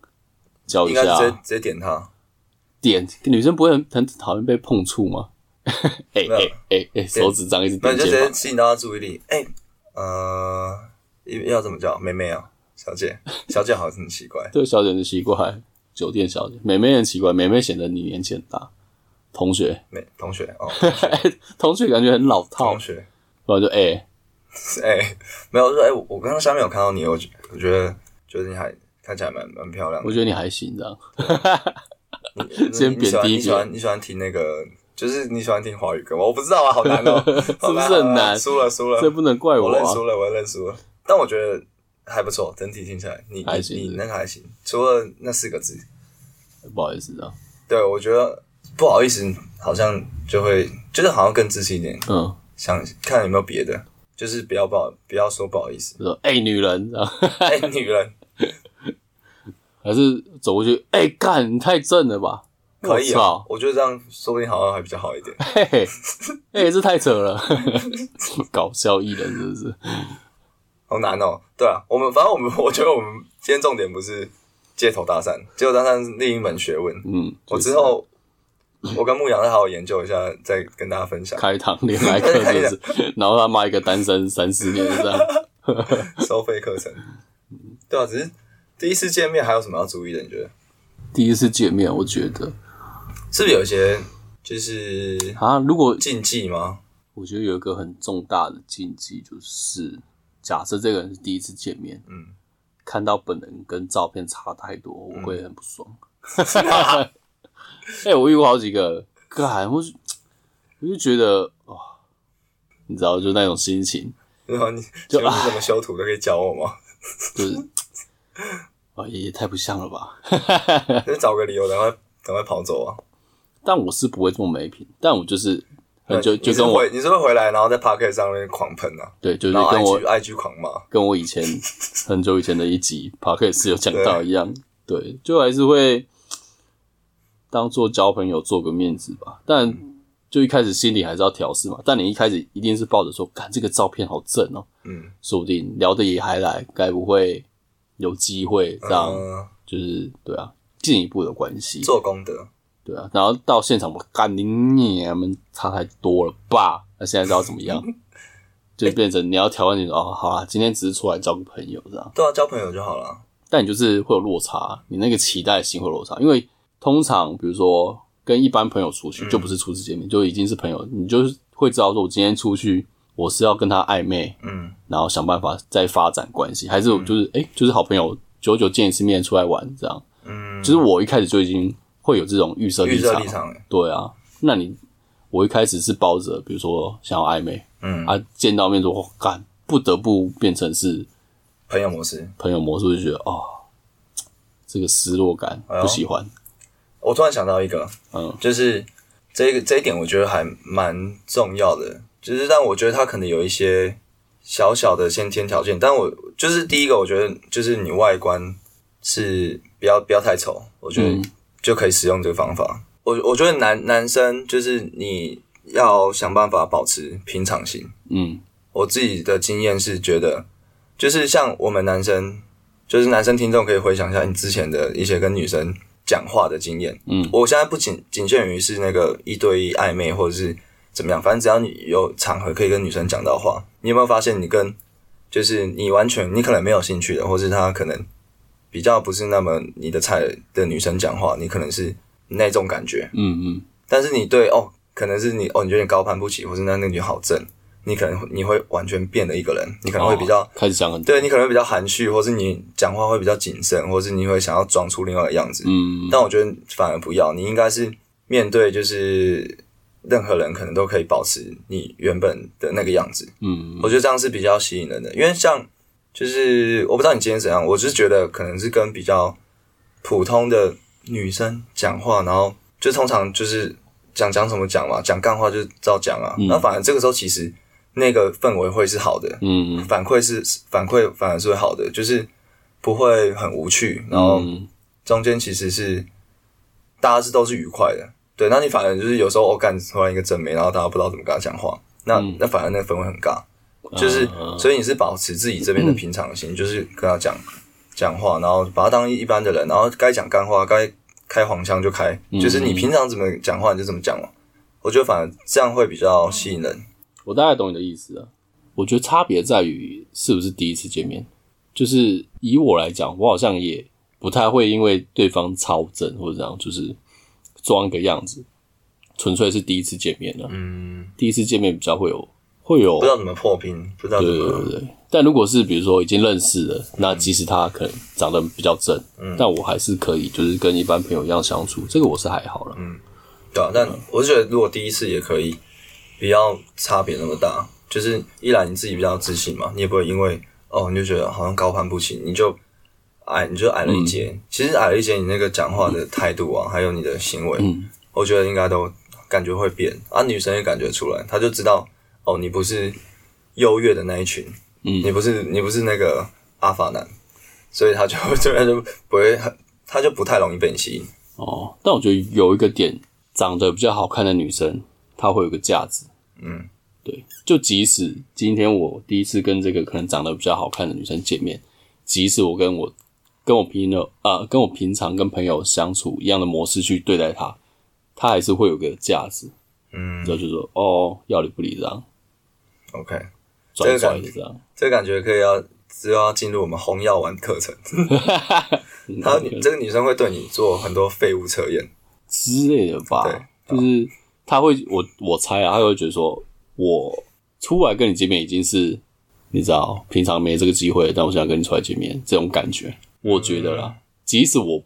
Speaker 1: 教一
Speaker 2: 应该直接
Speaker 1: 下
Speaker 2: 直接点他。
Speaker 1: 点，女生不会很很讨厌被碰触吗？ [LAUGHS] 哎
Speaker 2: 没有
Speaker 1: 哎哎哎，手指这样一直
Speaker 2: 那
Speaker 1: 点
Speaker 2: 你就直
Speaker 1: 肩
Speaker 2: 接
Speaker 1: 膀，
Speaker 2: 吸引到他注意力。哎、呃，要怎么叫妹妹啊？小姐，小姐好像很奇怪。
Speaker 1: 对小姐很奇怪，酒店小姐，美妹很奇怪，美妹显得你年纪很大。同学， [LAUGHS]
Speaker 2: 妹同学哦，
Speaker 1: 同学感觉很老套
Speaker 2: 同，学，
Speaker 1: 然后就哎、
Speaker 2: 哎、没有我说哎、我我刚刚下面有看到你，我觉我觉得觉得你还看起来蛮蛮漂亮的
Speaker 1: 我。觉得你还行这样。 [LAUGHS]
Speaker 2: 你
Speaker 1: 先
Speaker 2: 你喜
Speaker 1: 贬
Speaker 2: 欢
Speaker 1: 低
Speaker 2: 你喜欢你喜欢听那个，就是你喜欢听华语歌吗？我不知道啊，好
Speaker 1: [LAUGHS]
Speaker 2: 难哦、是
Speaker 1: 是不是很难
Speaker 2: 输了输了，
Speaker 1: 这不能怪
Speaker 2: 嗯我
Speaker 1: 我
Speaker 2: 认
Speaker 1: 啊！
Speaker 2: 输了，我认输了。但我觉得还不错，整体听起来，你
Speaker 1: 还行
Speaker 2: 你你那个还行，除了那四个字，
Speaker 1: 不好意思啊，
Speaker 2: 对我觉得不好意思，好像就会就是好像更自信一点，
Speaker 1: 嗯，
Speaker 2: 想看有没有别的，就是不要不好不要说不好意
Speaker 1: [LAUGHS] ，
Speaker 2: 思
Speaker 1: 就说哎、女人啊，
Speaker 2: 哎、女人
Speaker 1: 还是走过去哎干、你太正了吧？
Speaker 2: 可以
Speaker 1: 我
Speaker 2: 啊
Speaker 1: 操，
Speaker 2: 我觉得这样说不定好像还比较好一点。
Speaker 1: 嘿嘿，哎、这太扯了， [LAUGHS] 搞笑艺人是不是？
Speaker 2: 好难哦。对啊，我们反正我们 [LAUGHS] 我觉得我们今天重点不是街头搭讪，街头搭讪是另一门学问。
Speaker 1: 嗯，
Speaker 2: 我
Speaker 1: 就是
Speaker 2: 之后我跟牧羊再好好研究一下，再跟大家分享。
Speaker 1: 开堂恋爱课
Speaker 2: [LAUGHS]
Speaker 1: 是不
Speaker 2: 啊
Speaker 1: 是？然后他妈一个单身三四年这样，
Speaker 2: 收费课程。对啊，只是第一次见面还有什么要注意的？你觉得
Speaker 1: 第一次见面，我觉得
Speaker 2: 是不是有一些就是
Speaker 1: 啊，如果
Speaker 2: 禁忌吗？
Speaker 1: 我觉得有一个很重大的禁忌，就是假设这个人是第一次见面，
Speaker 2: 嗯，
Speaker 1: 看到本人跟照片差太多，我
Speaker 2: 嗯
Speaker 1: 会很不爽。 [LAUGHS] 哎、我遇过好几个，干，我就我就觉得哇、你知道，就那种心情，
Speaker 2: 然
Speaker 1: [LAUGHS]
Speaker 2: 啊后你就你怎么修图都可以教我吗？
Speaker 1: 就是啊，也也太不像了吧。
Speaker 2: 就找个理由赶快赶快跑走啊！
Speaker 1: 但我是不会这么没品，但我就是很 [LAUGHS] 就
Speaker 2: 你
Speaker 1: 就是跟我
Speaker 2: 回你是不是回来然后在 p a r k 上面狂喷啊，
Speaker 1: 对，就是
Speaker 2: 然后
Speaker 1: 跟我
Speaker 2: IG IG 狂骂。
Speaker 1: 跟我以前很久以前的一集 p o d c a s 有讲到一样，对，就还是会当做交朋友做个面子吧。但就一开始心里还是要调试嘛。但你一开始一定是抱着说，看这个照片好正哦，
Speaker 2: 嗯，
Speaker 1: 说不定聊得也还来，该不会有机会这样，
Speaker 2: 嗯
Speaker 1: 就是对啊，进一步的关系，
Speaker 2: 做功德，
Speaker 1: 对啊。然后到现场，我干你你们差太多了吧？那现在是要怎么样？就变成你要调换你哦，好啦，今天只是出来交个朋友这样。
Speaker 2: 对啊，交朋友就好了。
Speaker 1: 但你就是会有落差，你那个期待性会有落差，因为通常比如说跟一般朋友出去，
Speaker 2: 嗯
Speaker 1: 就不是初次见面，就已经是朋友，你就是会知道说，我今天出去我是要跟他暧昧，
Speaker 2: 嗯，
Speaker 1: 然后想办法再发展关系，还是我就是哎、诶就是好朋友久久见一次面出来玩这样，
Speaker 2: 嗯，
Speaker 1: 就是我一开始就已经会有这种预设
Speaker 2: 预
Speaker 1: 立
Speaker 2: 设
Speaker 1: 场，
Speaker 2: 立场、欸，
Speaker 1: 对啊，那你我一开始是抱着比如说想要暧昧
Speaker 2: 嗯，
Speaker 1: 啊，见到面说哦干、不得不变成是
Speaker 2: 朋友模式。
Speaker 1: 朋友魔术就觉得哦，这个失落感
Speaker 2: 哎呦
Speaker 1: 不喜欢。
Speaker 2: 我突然想到一个，
Speaker 1: 嗯，
Speaker 2: 就是这个这一点，我觉得还蛮重要的。就是，但我觉得他可能有一些小小的先天条件，但我就是第一个，我觉得就是你外观是不要不要太丑，我觉得
Speaker 1: 嗯
Speaker 2: 就可以使用这个方法。我我觉得男男生就是你要想办法保持平常心，
Speaker 1: 嗯
Speaker 2: 我自己的经验是觉得，就是像我们男生，就是男生听众可以回想一下你之前的一些跟女生讲话的经验。
Speaker 1: 嗯，
Speaker 2: 我现在不仅仅限于是那个一对一暧昧或者是怎么样，反正只要你有场合可以跟女生讲到话，你有没有发现你跟就是你完全你可能没有兴趣的，或是她可能比较不是那么你的菜的女生讲话，你可能是那种感觉。
Speaker 1: 嗯嗯，
Speaker 2: 但是你对哦，可能是你哦，你有点高攀不起，或是那那女好正，你可能你会完全变了一个人，你可能会比较、
Speaker 1: 哦开始讲很多。
Speaker 2: 对你可能会比较含蓄，或是你讲话会比较谨慎，或是你会想要装出另外的样子。
Speaker 1: 嗯，
Speaker 2: 但我觉得反而不要，你应该是面对就是任何人可能都可以保持你原本的那个样子。
Speaker 1: 嗯，
Speaker 2: 我觉得这样是比较吸引人的，因为像就是我不知道你今天怎样，我只是觉得可能是跟比较普通的女生讲话，然后就通常就是讲讲什么讲嘛，讲干话就照讲啊。那、反而这个时候其实那个氛围会是好的，
Speaker 1: 嗯嗯
Speaker 2: 反馈是反馈反而是会好的，就是不会很无趣，然后
Speaker 1: 嗯
Speaker 2: 中间其实是大家是都是愉快的。对，那你反而就是有时候我哦干、突然一个正妹，然后大家不知道怎么跟他讲话，那、那反而那个氛围很尬。就是，所以你是保持自己这边的平常心，就是跟他讲讲话，然后把他当一般的人，然后该讲干话，该开黄腔就开，就是你平常怎么讲话你就怎么讲嘛。我觉得反而这样会比较吸引人。
Speaker 1: 我大概懂你的意思了。我觉得差别在于是不是第一次见面。就是以我来讲，我好像也不太会因为对方超正或者这样，就是装一个样子，纯粹是第一次见面了、
Speaker 2: 嗯，
Speaker 1: 第一次见面比较会有会有
Speaker 2: 不知道怎么破冰，不知道怎
Speaker 1: 对对
Speaker 2: 么，
Speaker 1: 对对。但如果是比如说已经认识了，那即使他可能长得比较正，
Speaker 2: 嗯
Speaker 1: 但我还是可以就是跟一般朋友一样相处，这个我是还好了。
Speaker 2: 对啊。
Speaker 1: 嗯
Speaker 2: 但我是觉得如果第一次也可以，不要差别那么大。就是一来你自己比较自信嘛，你也不会因为哦你就觉得好像高攀不起，你就矮你就
Speaker 1: 嗯
Speaker 2: 矮了一截。其实矮了一截，你那个讲话的态度啊，还有你的行为，
Speaker 1: 嗯
Speaker 2: 我觉得应该都感觉会变啊，女生也感觉出来，她就知道哦，你不是优越的那一群，
Speaker 1: 嗯
Speaker 2: 你不是你不是那个阿法男，所以她就 [LAUGHS] 这边就不会很，她就不太容易被你吸引。
Speaker 1: 哦，但我觉得有一个点，长得比较好看的女生，她会有个价值。
Speaker 2: 嗯，
Speaker 1: 对，就即使今天我第一次跟这个可能长得比较好看的女生见面，即使我跟我跟我平友啊、跟我平常跟朋友相处一样的模式去对待她，她还是会有个价值。
Speaker 2: 嗯
Speaker 1: 然后就说哦，要理不理这样，
Speaker 2: ，OK，
Speaker 1: 转
Speaker 2: 这个
Speaker 1: 转
Speaker 2: 感
Speaker 1: 也是这样。
Speaker 2: 这感觉可以要之后要进入我们红药丸
Speaker 1: [LAUGHS]
Speaker 2: 课程，她这个女生会对你做很多废物测验，
Speaker 1: 之类的
Speaker 2: 对啊
Speaker 1: 吧。就是他会，我我猜啊，他会觉得说，我出来跟你见面已经是，你知道，平常没这个机会，但我现在跟你出来见面，这种感觉，我觉得
Speaker 2: 嗯
Speaker 1: 啦，即使我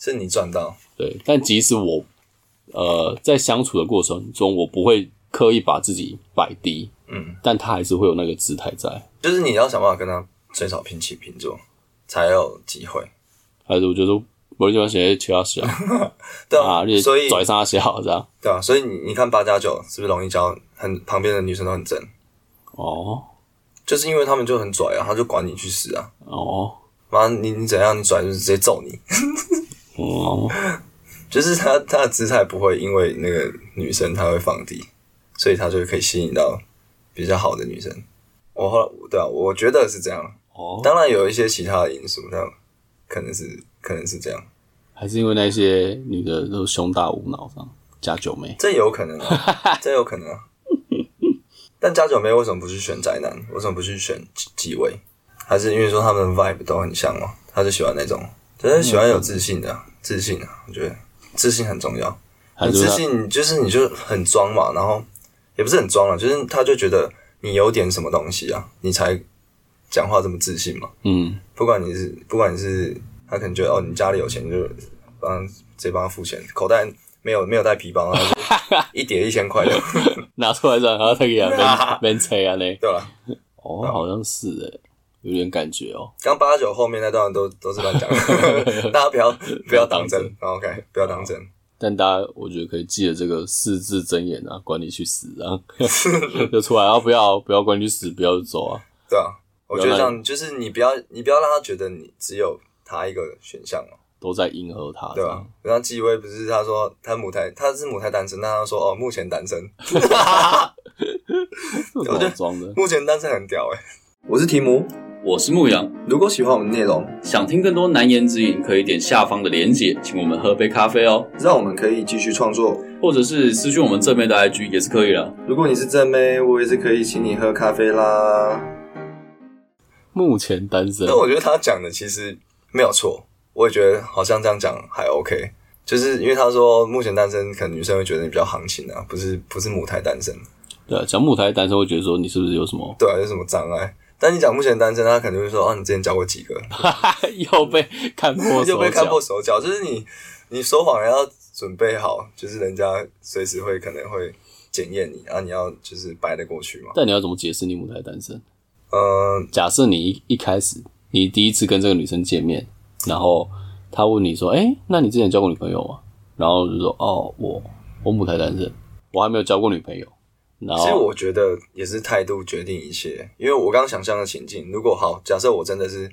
Speaker 2: 是你赚到，
Speaker 1: 对，但即使我呃在相处的过程中，我不会刻意把自己摆低，
Speaker 2: 嗯，
Speaker 1: 但他还是会有那个姿态在。
Speaker 2: 就是你要想办法跟她最少平起平坐，才有机会。
Speaker 1: 还是我觉得我就欢写其他小
Speaker 2: [LAUGHS] 对啊，
Speaker 1: 啊，就是
Speaker 2: 所以
Speaker 1: 拽他小这样。
Speaker 2: 对啊，所以你你看八加九是不是容易交很旁边的女生都很正，
Speaker 1: 哦
Speaker 2: 就是因为他们就很拽啊，他就管你去死啊，
Speaker 1: 哦
Speaker 2: 妈你你怎样你拽就是直接揍你，
Speaker 1: 哦，
Speaker 2: 就是他他的姿态不会因为那个女生他会放低，所以他就可以吸引到比较好的女生。我后来对啊，我觉得是这样，
Speaker 1: 哦
Speaker 2: 当然有一些其他的因素，但可能是可能是这样，
Speaker 1: 还是因为那些女的都胸大无脑这样加九妹，
Speaker 2: 这也有可能啊，这也有可能啊。但加九妹为什么不去选宅男？为什么不去选几几位？还是因为说他们的 vibe 都很像嘛？他就喜欢那种，就是喜欢有自信的啊、自信啊。我觉得自信很重要。
Speaker 1: 还
Speaker 2: 你
Speaker 1: 是
Speaker 2: 自
Speaker 1: 她
Speaker 2: 信就是你就很装嘛，然后也不是很装了，啊就是他就觉得你有点什么东西啊，你才讲话这么自信嘛。
Speaker 1: 嗯
Speaker 2: 不管你是不管你是他可能觉得哦，你家里有钱就帮直接帮他付钱，口袋没有没有带皮包，然后就一叠一千 [LAUGHS] 块的，
Speaker 1: 拿出来让她给 [LAUGHS] 啊，没没吹啊嘞，
Speaker 2: 对吧？
Speaker 1: 哦，好像是诶，有点感觉哦，
Speaker 2: 刚八九后面那段都都是乱 [LAUGHS] 讲的，大家不要不要当真，OK，不要哦当真。
Speaker 1: 但大家我觉得可以记得这个四字真言啊，管你去死 [LAUGHS] 啊，就出来啊，不要不要管你去死，不要走啊，
Speaker 2: 对啊，我觉得
Speaker 1: 原来
Speaker 2: 这样就是你不要你不要让他觉得你只有他一个选项嘛，
Speaker 1: 都在迎合他，
Speaker 2: 对吧？？然后纪薇不是他说他母胎他是母胎单身，那他说哦目前单 [LAUGHS] 身，
Speaker 1: 这有什么好装的？
Speaker 2: 目前单身很屌哎、我是提姆，
Speaker 1: 我是牧羊，
Speaker 2: 如果喜欢我们的内容，
Speaker 1: 想听更多难言之隐，可以点下方的连结，请我们喝杯咖啡哦，
Speaker 2: 让我们可以继续创作。
Speaker 1: 或者是私讯我们正面的 IG 也是可以的。
Speaker 2: 如果你是正妹，我也是可以请你喝咖啡啦。
Speaker 1: 目前单身
Speaker 2: 但，我觉得他讲的其实没有错，我也觉得好像这样讲还 OK，就是因为他说目前单身，可能女生会觉得你比较行情啊，不是不是母胎单身，
Speaker 1: 对啊，讲母胎单身会觉得说你是不是有什么
Speaker 2: 对啊，有什么障碍？但你讲目前单身，他可能会说啊，你之前交过几个，
Speaker 1: 又被看
Speaker 2: [LAUGHS]
Speaker 1: 破
Speaker 2: 就
Speaker 1: 手
Speaker 2: 被看破
Speaker 1: 脚。
Speaker 2: 手脚，就是你你说谎要准备好，就是人家随时会可能会检验你啊，你要就是掰得过去嘛。
Speaker 1: 但你要怎么解释你母胎单身？
Speaker 2: 呃，
Speaker 1: 假设你一一开始你第一次跟这个女生见面，然后她问你说：“哎、那你之前交过女朋友吗？”然后就说：“哦，我我母胎单身，我还没有交过女朋友。”然
Speaker 2: 其实
Speaker 1: 后
Speaker 2: 我觉得也是态度决定一切，因为我刚想象的情境，如果好，假设我真的是，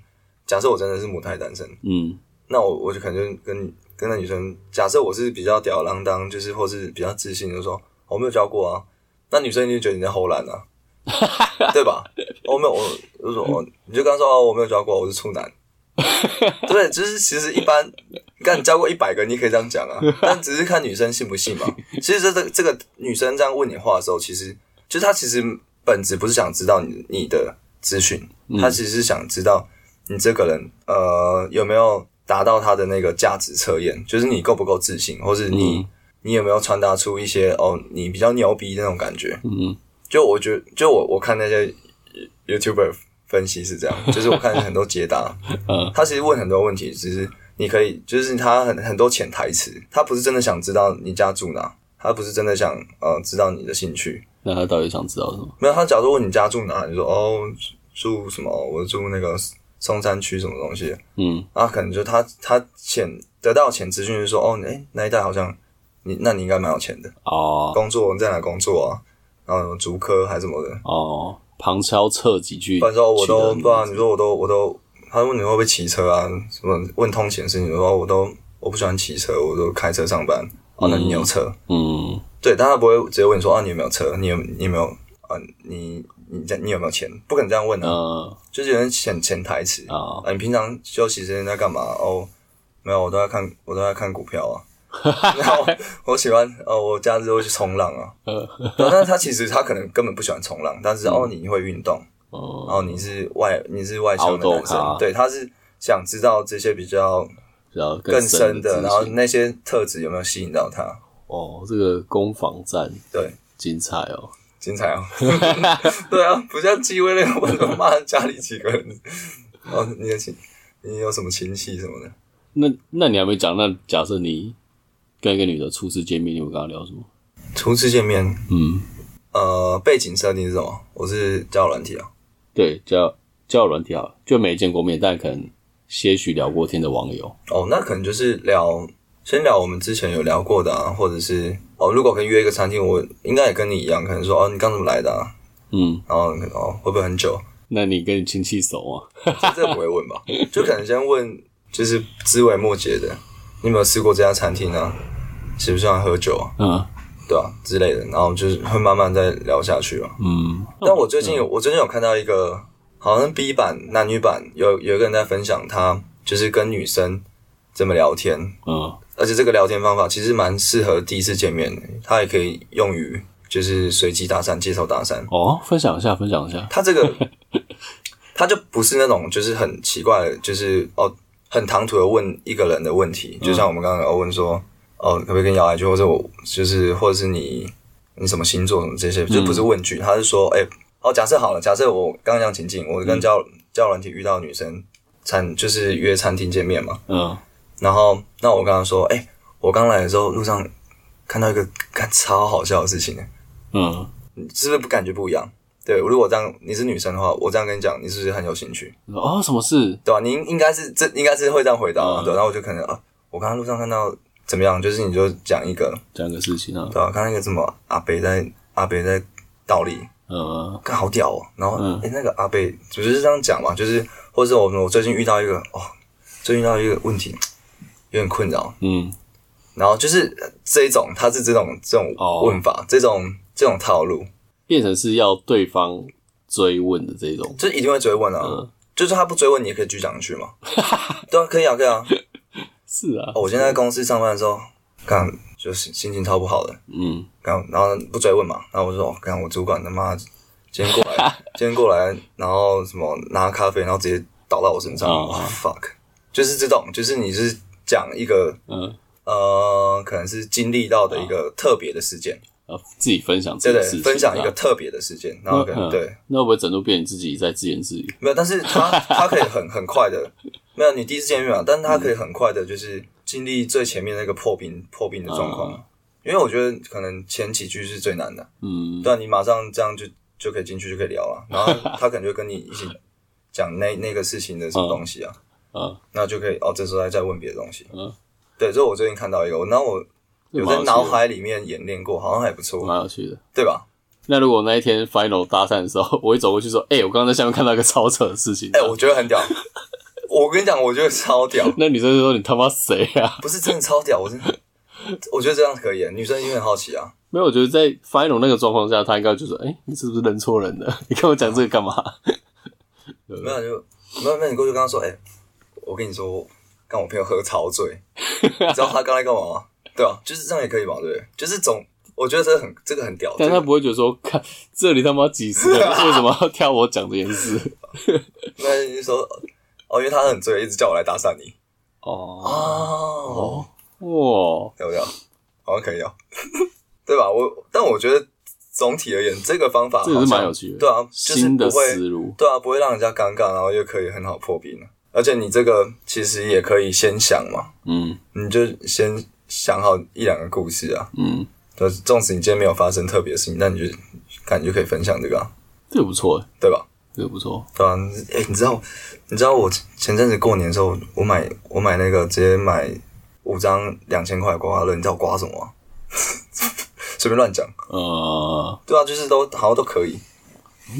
Speaker 2: 假设我真的是母胎单身，
Speaker 1: 嗯，
Speaker 2: 那我我就可能就跟跟那女生，假设我是比较吊儿郎当，就是或是比较自信，就说我没有交过啊，那女生就觉得你在偷懒啊，对吧？我没有，我就说我，你就刚说哦，我没有交过，我是处男， [LAUGHS] 对，就是其实一般，干你交过一百个，你可以这样讲啊，但只是看女生信不信嘛。其实这这这个女生这样问你话的时候，其实就是她其实本质不是想知道你你的资讯，
Speaker 1: 嗯
Speaker 2: 她其实是想知道你这个人呃有没有达到她的那个价值测验，就是你够不够自信，或是你、
Speaker 1: 嗯
Speaker 2: 你有没有传达出一些哦你比较牛逼那种感觉。
Speaker 1: 嗯，
Speaker 2: 就我觉就我我看那些 YouTuber 分析是这样，就是我看很多解答，
Speaker 1: 嗯
Speaker 2: 他其实问很多问题，只是你可以，就是他很很多潜台词，他不是真的想知道你家住哪，他不是真的想呃知道你的兴趣，
Speaker 1: 那她到底想知道什么？
Speaker 2: 没有，他假如问你家住哪，你说哦住什么，我住那个松山区什么东西，
Speaker 1: 嗯
Speaker 2: 啊，可能就他他潜得到潜资讯是说哦，哎、那一带好像你那你应该蛮有钱的，
Speaker 1: 哦
Speaker 2: 工作在哪工作啊，然后竹科还是什么的，
Speaker 1: 哦，旁敲侧击去取
Speaker 2: 不
Speaker 1: 得
Speaker 2: 然
Speaker 1: 你
Speaker 2: 说
Speaker 1: 的名
Speaker 2: 我
Speaker 1: 字，
Speaker 2: 都不然你说我都我都，他问你会不会骑车啊？什么问通勤的事情，然哦后我都我不喜欢骑车，我都开车上班。哦，那你有车？
Speaker 1: 嗯
Speaker 2: 对，但他不会直接问你说啊，你有没有车？你有你有没有啊？你你这你有没有钱？不可能这样问啊，
Speaker 1: 呃
Speaker 2: 就是有点潜潜台词啊。
Speaker 1: 啊，
Speaker 2: 你平常休息时间在干嘛？哦，没有，我都在看我都在看股
Speaker 1: [LAUGHS]
Speaker 2: 票啊。然后我喜欢哦，我假日会去冲浪啊。
Speaker 1: 呃
Speaker 2: 对但是他其实他可能根本不喜欢冲浪，但是哦，
Speaker 1: 嗯
Speaker 2: 你会运动。然
Speaker 1: 哦，
Speaker 2: 后你是外你是外向的男
Speaker 1: 凹豆咖
Speaker 2: 生，对，他是想知道这些比较
Speaker 1: 比较
Speaker 2: 更
Speaker 1: 深
Speaker 2: 深的，
Speaker 1: 资
Speaker 2: 然后
Speaker 1: 讯
Speaker 2: 那些特质有没有吸引到他？
Speaker 1: 哦，这个攻防战
Speaker 2: 对，
Speaker 1: 精彩哦。
Speaker 2: 精彩
Speaker 1: [LAUGHS]
Speaker 2: 哦！对啊，不像戚薇那个，为什么骂家里几个人？哦，你的亲，你有什么亲戚什么的？
Speaker 1: 那那你还没讲，那假设你跟一个女的初次见面，你有跟她聊什么？
Speaker 2: 初次见面，
Speaker 1: 嗯，
Speaker 2: 呃，背景设定是什么？我是交友软体啊，
Speaker 1: 对，叫叫软体好了，就没见过面，但可能些许聊过天的网友。
Speaker 2: 哦，那可能就是聊，先聊我们之前有聊过的啊，或者是哦，如果跟约一个餐厅，我应该也跟你一样，可能说哦，你刚怎么来的啊？
Speaker 1: 嗯，
Speaker 2: 然后可能哦，会不会很久？
Speaker 1: 那你跟你亲戚熟吗？
Speaker 2: 这不会问
Speaker 1: [LAUGHS]
Speaker 2: 吧？就可能先问，就是枝微末节的，你有没有吃过这家餐厅啊？喜不喜欢喝酒啊？
Speaker 1: 嗯
Speaker 2: 对啊之类的，然后就是会慢慢再聊下去嘛。
Speaker 1: 嗯，
Speaker 2: 但我最近有，我最近有看到一个好像 B 版男女版有有一个人在分享他就是跟女生怎么聊天，
Speaker 1: 嗯
Speaker 2: 而且这个聊天方法其实蛮适合第一次见面的，它也可以用于就是随机搭讪、街头搭讪。
Speaker 1: 哦，分享一下，分享一下。
Speaker 2: 他这个，他就不是那种就是很奇怪的，就是哦很唐突的问一个人的问题，就像我们刚刚有问说，哦可不可以跟姚来去，或者我就是或者是你你什么星座什么这些，就不是问句，他是说，哎、哦假设好了，假设我刚刚讲情境，我跟教、教软体遇到的女生餐就是约餐厅见面嘛，
Speaker 1: 嗯，
Speaker 2: 然后那我跟他说，哎、我刚来的时候路上看到一个看超好笑的事情、欸
Speaker 1: 嗯，
Speaker 2: 是不是不感觉不一样？对，如果这样你是女生的话，我这样跟你讲，你是不是很有兴趣？
Speaker 1: 哦，什么事？
Speaker 2: 对吧、你应应该是这应该是会这样回答嘛，
Speaker 1: 嗯
Speaker 2: 对。然后我就可能啊，我刚刚路上看到怎么样，就是你就讲一个，
Speaker 1: 讲个事情啊。
Speaker 2: 对吧、看到一个什么阿北在阿北在倒立，
Speaker 1: 嗯
Speaker 2: 看好屌哦。然后
Speaker 1: 嗯
Speaker 2: 诶、那个阿北就是这样讲嘛，就是或者我们我最近遇到一个哦，最近遇到一个问题，有点困扰。
Speaker 1: 嗯
Speaker 2: 然后就是呃这一种，他是这种这种
Speaker 1: 哦
Speaker 2: 问法，这种这种套路，
Speaker 1: 变成是要对方追问的这种。
Speaker 2: 就一定会追问啊。
Speaker 1: 嗯，
Speaker 2: 就是他不追问，你也可以继续讲下去嘛。 [LAUGHS] 对啊，可以啊，可以啊。
Speaker 1: 是啊。
Speaker 2: 哦我现在在公司上班的时候，干就是心情超不好的，
Speaker 1: 嗯
Speaker 2: 干然后不追问嘛，然后我就说，哦干我主管他妈今天过来，
Speaker 1: [LAUGHS]
Speaker 2: 今天过来，然后什么拿咖啡，然后直接倒到我身上、 [LAUGHS]
Speaker 1: 哦
Speaker 2: f u c k 就是这种，就是你是讲一个
Speaker 1: 嗯，
Speaker 2: 呃，可能是经历到的一个特别的事件，
Speaker 1: 啊，自己分享
Speaker 2: 对
Speaker 1: 这
Speaker 2: 对
Speaker 1: 个事情，，
Speaker 2: 分享一
Speaker 1: 啊
Speaker 2: 个特别的事件，然后可
Speaker 1: 嗯
Speaker 2: 能对，
Speaker 1: 那会不会整路变你自己在自言自语？
Speaker 2: 没有，但是
Speaker 1: [LAUGHS]
Speaker 2: 他他可以很很快的，没有你第一次见面嘛，但是他可以很快的，就是经历最前面那个破冰破冰的状况，
Speaker 1: 嗯
Speaker 2: 因为我觉得可能前几句是最难的，
Speaker 1: 嗯，
Speaker 2: 对啊、你马上这样就就可以进去就可以聊了，然后他可能就跟你一起讲那那个事情的什么东西啊，
Speaker 1: 嗯，
Speaker 2: 那就可以哦，这时候再再问别的东西，
Speaker 1: 嗯，
Speaker 2: 对，这是我最近看到一个，我然后我有在脑海里面演练过，好像还不错，
Speaker 1: 蛮有趣的。
Speaker 2: 对吧？
Speaker 1: 那如果那一天 final 搭讪的时候， [LAUGHS] 我一走过去说：“哎、我刚刚在下面看到一个超扯的事情。
Speaker 2: 哎、我觉得
Speaker 1: [LAUGHS]
Speaker 2: 很屌，我跟你讲，我觉得超屌，
Speaker 1: 那女生就说：“你他妈谁啊
Speaker 2: 不是 [LAUGHS] 真的超屌，我真的，我觉得这样可以，女生因为很好奇啊，？”
Speaker 1: 没有，我觉得在 final 那个状况下，她应该就说：“哎、你是不是认错人了？ [LAUGHS] 你跟我讲这个干嘛
Speaker 2: 没有就没有，那你过去跟他说，哎、我跟你说，我跟我朋友喝
Speaker 1: [LAUGHS]
Speaker 2: 超醉，你知道他刚才干嘛吗？对啊，就是这样也可以嘛，对不对？就是总，我觉得这个很这个很屌，？”
Speaker 1: 但
Speaker 2: 这
Speaker 1: 她
Speaker 2: 个
Speaker 1: 不会觉得说：“看这里他妈几十个人，为什么要挑我讲这件事
Speaker 2: 那你就说，哦，因为他很醉，一直叫我来搭讪你，？”
Speaker 1: 哦，
Speaker 2: 哦，
Speaker 1: 哇，
Speaker 2: 要不要？好像可以哦， [LAUGHS] 对吧？我但我觉得总体而言，这个方法
Speaker 1: 这也
Speaker 2: 好
Speaker 1: 是
Speaker 2: 像
Speaker 1: 蛮有趣的
Speaker 2: 对啊，就是
Speaker 1: 新
Speaker 2: 不
Speaker 1: 的
Speaker 2: 会
Speaker 1: 思路。
Speaker 2: 对啊，不会让人家尴尬，然后又可以很好破冰了。而且你这个其实也可以先想嘛，
Speaker 1: 嗯
Speaker 2: 你就先想好一两个故事啊。
Speaker 1: 嗯，
Speaker 2: 就是纵使你今天没有发生特别的事情，那你就看你就可以分享这个、啊，
Speaker 1: 这个不错、欸，
Speaker 2: 对吧？
Speaker 1: 这个不错。
Speaker 2: 对啊，哎、你知道你知道我前阵子过年的时候，我买我买那个直接买五张两千块的刮刮乐，你知道我刮什么吗？ [LAUGHS] 随便乱讲，
Speaker 1: 呃，
Speaker 2: 对啊，就是都好像都可以，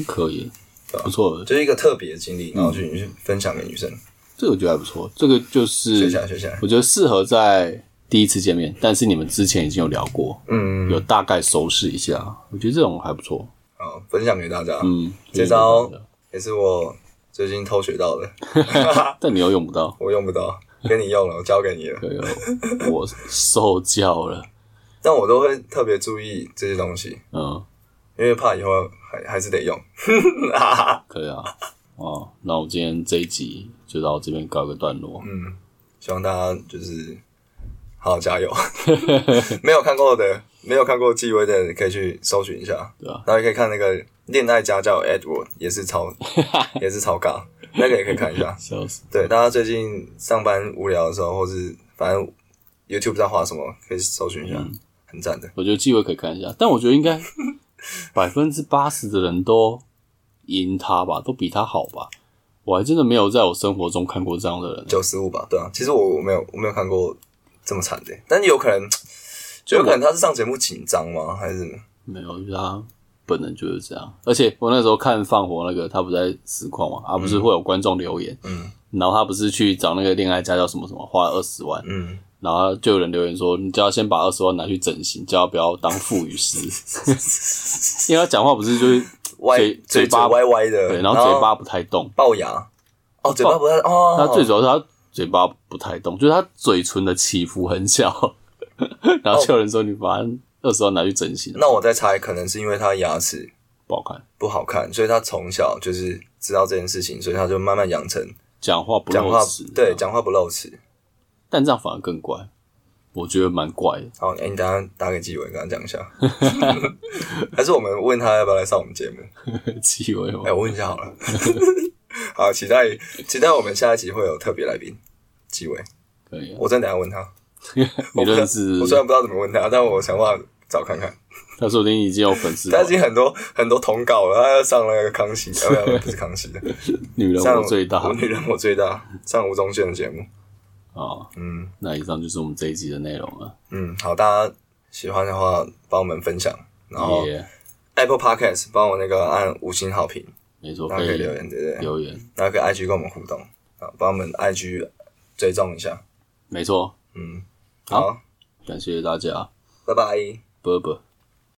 Speaker 1: 可以
Speaker 2: 对，啊
Speaker 1: 不错的，
Speaker 2: 就是一个特别的经历，然后去你去分享给女生，
Speaker 1: 这个我觉得还不错。这个就是
Speaker 2: 学起来学起来，
Speaker 1: 我觉得适合在第一次见面，但是你们之前已经有聊过，
Speaker 2: 嗯，
Speaker 1: 有大概熟识一下，我觉得这种还不错。
Speaker 2: 好，分享给大家，
Speaker 1: 嗯，
Speaker 2: 这招
Speaker 1: 就是
Speaker 2: 也是我最近偷学到的，
Speaker 1: 但你又用不到，
Speaker 2: 我用不到，给你用了，我交给你了。
Speaker 1: 可以了，我受教了。
Speaker 2: 但我都会特别注意这些东西，
Speaker 1: 嗯，
Speaker 2: 因为怕以后还还是得用。
Speaker 1: 可以啊。哦，那我们今天这一集就到这边告一个段落。
Speaker 2: 嗯，希望大家就是好好加油。
Speaker 1: [LAUGHS]
Speaker 2: 没有看过的，没有看过纪薇的，可以去搜寻一下。
Speaker 1: 对啊，
Speaker 2: 然后也可以看那个《恋爱家教 Edward》，也是
Speaker 1: [LAUGHS]
Speaker 2: 超也是超尬，那个也可以看一下。
Speaker 1: 笑死，
Speaker 2: 对，大家最近上班无聊的时候，或是反正 YouTube 上画什么，可以搜寻一下，
Speaker 1: 嗯
Speaker 2: 很赞的。
Speaker 1: 我觉得机会可以看一下，但我觉得应
Speaker 2: [LAUGHS]
Speaker 1: 该百分之八十的人都赢他吧，都比他好吧。我还真的没有在我生活中看过这样的人，
Speaker 2: 九十五吧，对啊，其实我我没有我没有看过这么惨的，但有可能，有可能他是上节目紧张吗？还是
Speaker 1: 没有，就是他本人就是这样。而且我那时候看放火那个，他不是在实况嘛，啊，不是会有观众留言，
Speaker 2: 嗯，
Speaker 1: 然后他不是去找那个恋爱家教什么什么，花了二十万，
Speaker 2: 嗯，
Speaker 1: 然后就有人留言说，你叫他先把二十万拿去整形，叫他不要当副语
Speaker 2: [LAUGHS]
Speaker 1: 师，因为他讲话不是就是
Speaker 2: 歪
Speaker 1: 嘴
Speaker 2: 嘴
Speaker 1: 嘴巴
Speaker 2: 歪歪的，
Speaker 1: 对，然后嘴巴不太动，
Speaker 2: 龅牙，哦，嘴巴不太哦，
Speaker 1: 他最主要是他嘴巴不太动，就是他嘴唇的起伏很小， [LAUGHS] 然后就有人说你把二十万拿去整形，
Speaker 2: 那我再猜，可能是因为他牙齿
Speaker 1: 不好看，
Speaker 2: 不好看，所以他从小就是知道这件事情，所以他就慢慢养成
Speaker 1: 讲话不
Speaker 2: 讲话
Speaker 1: 露齿，
Speaker 2: 对讲话不露齿。
Speaker 1: 但这样反而更怪，我觉得蛮怪的。
Speaker 2: 好，哎、你等一下打给纪委跟他讲一下， [LAUGHS] 还是我们问他要不要来上我们节目？
Speaker 1: 气味吗
Speaker 2: [LAUGHS] 哎、？我问一下好了。好，期待期待我们下一集会有特别来宾，纪委，
Speaker 1: 可以、啊，
Speaker 2: 我真的等一下问他。
Speaker 1: 你
Speaker 2: 我不知道
Speaker 1: 认识
Speaker 2: 我？虽然不知道怎么问他，但我想办法找看看。
Speaker 1: 他说不定已经有粉丝了
Speaker 2: 他已。经很多很多通告了，他要上那个康熙，啊，不不是康
Speaker 1: [LAUGHS]
Speaker 2: 熙的，
Speaker 1: 女人
Speaker 2: 上
Speaker 1: 我最大
Speaker 2: 我女人我最大，上吴宗宪的节目。
Speaker 1: 啊！
Speaker 2: 嗯
Speaker 1: 那以上就是我们这一集的内容了。
Speaker 2: 嗯，好，大家喜欢的话帮我们分享，然后
Speaker 1: 也、
Speaker 2: Apple Podcast 帮我那个按五星好评，
Speaker 1: 没错，
Speaker 2: 大家
Speaker 1: 可
Speaker 2: 可以
Speaker 1: 以
Speaker 2: 留言，对不对？
Speaker 1: 留言，
Speaker 2: 然后可以 IG 跟我们互动，好，帮我们 IG 追踪一下。
Speaker 1: 没错。
Speaker 2: 嗯，
Speaker 1: 好
Speaker 2: 好，
Speaker 1: 感谢大家，
Speaker 2: 拜拜。
Speaker 1: 啵啵。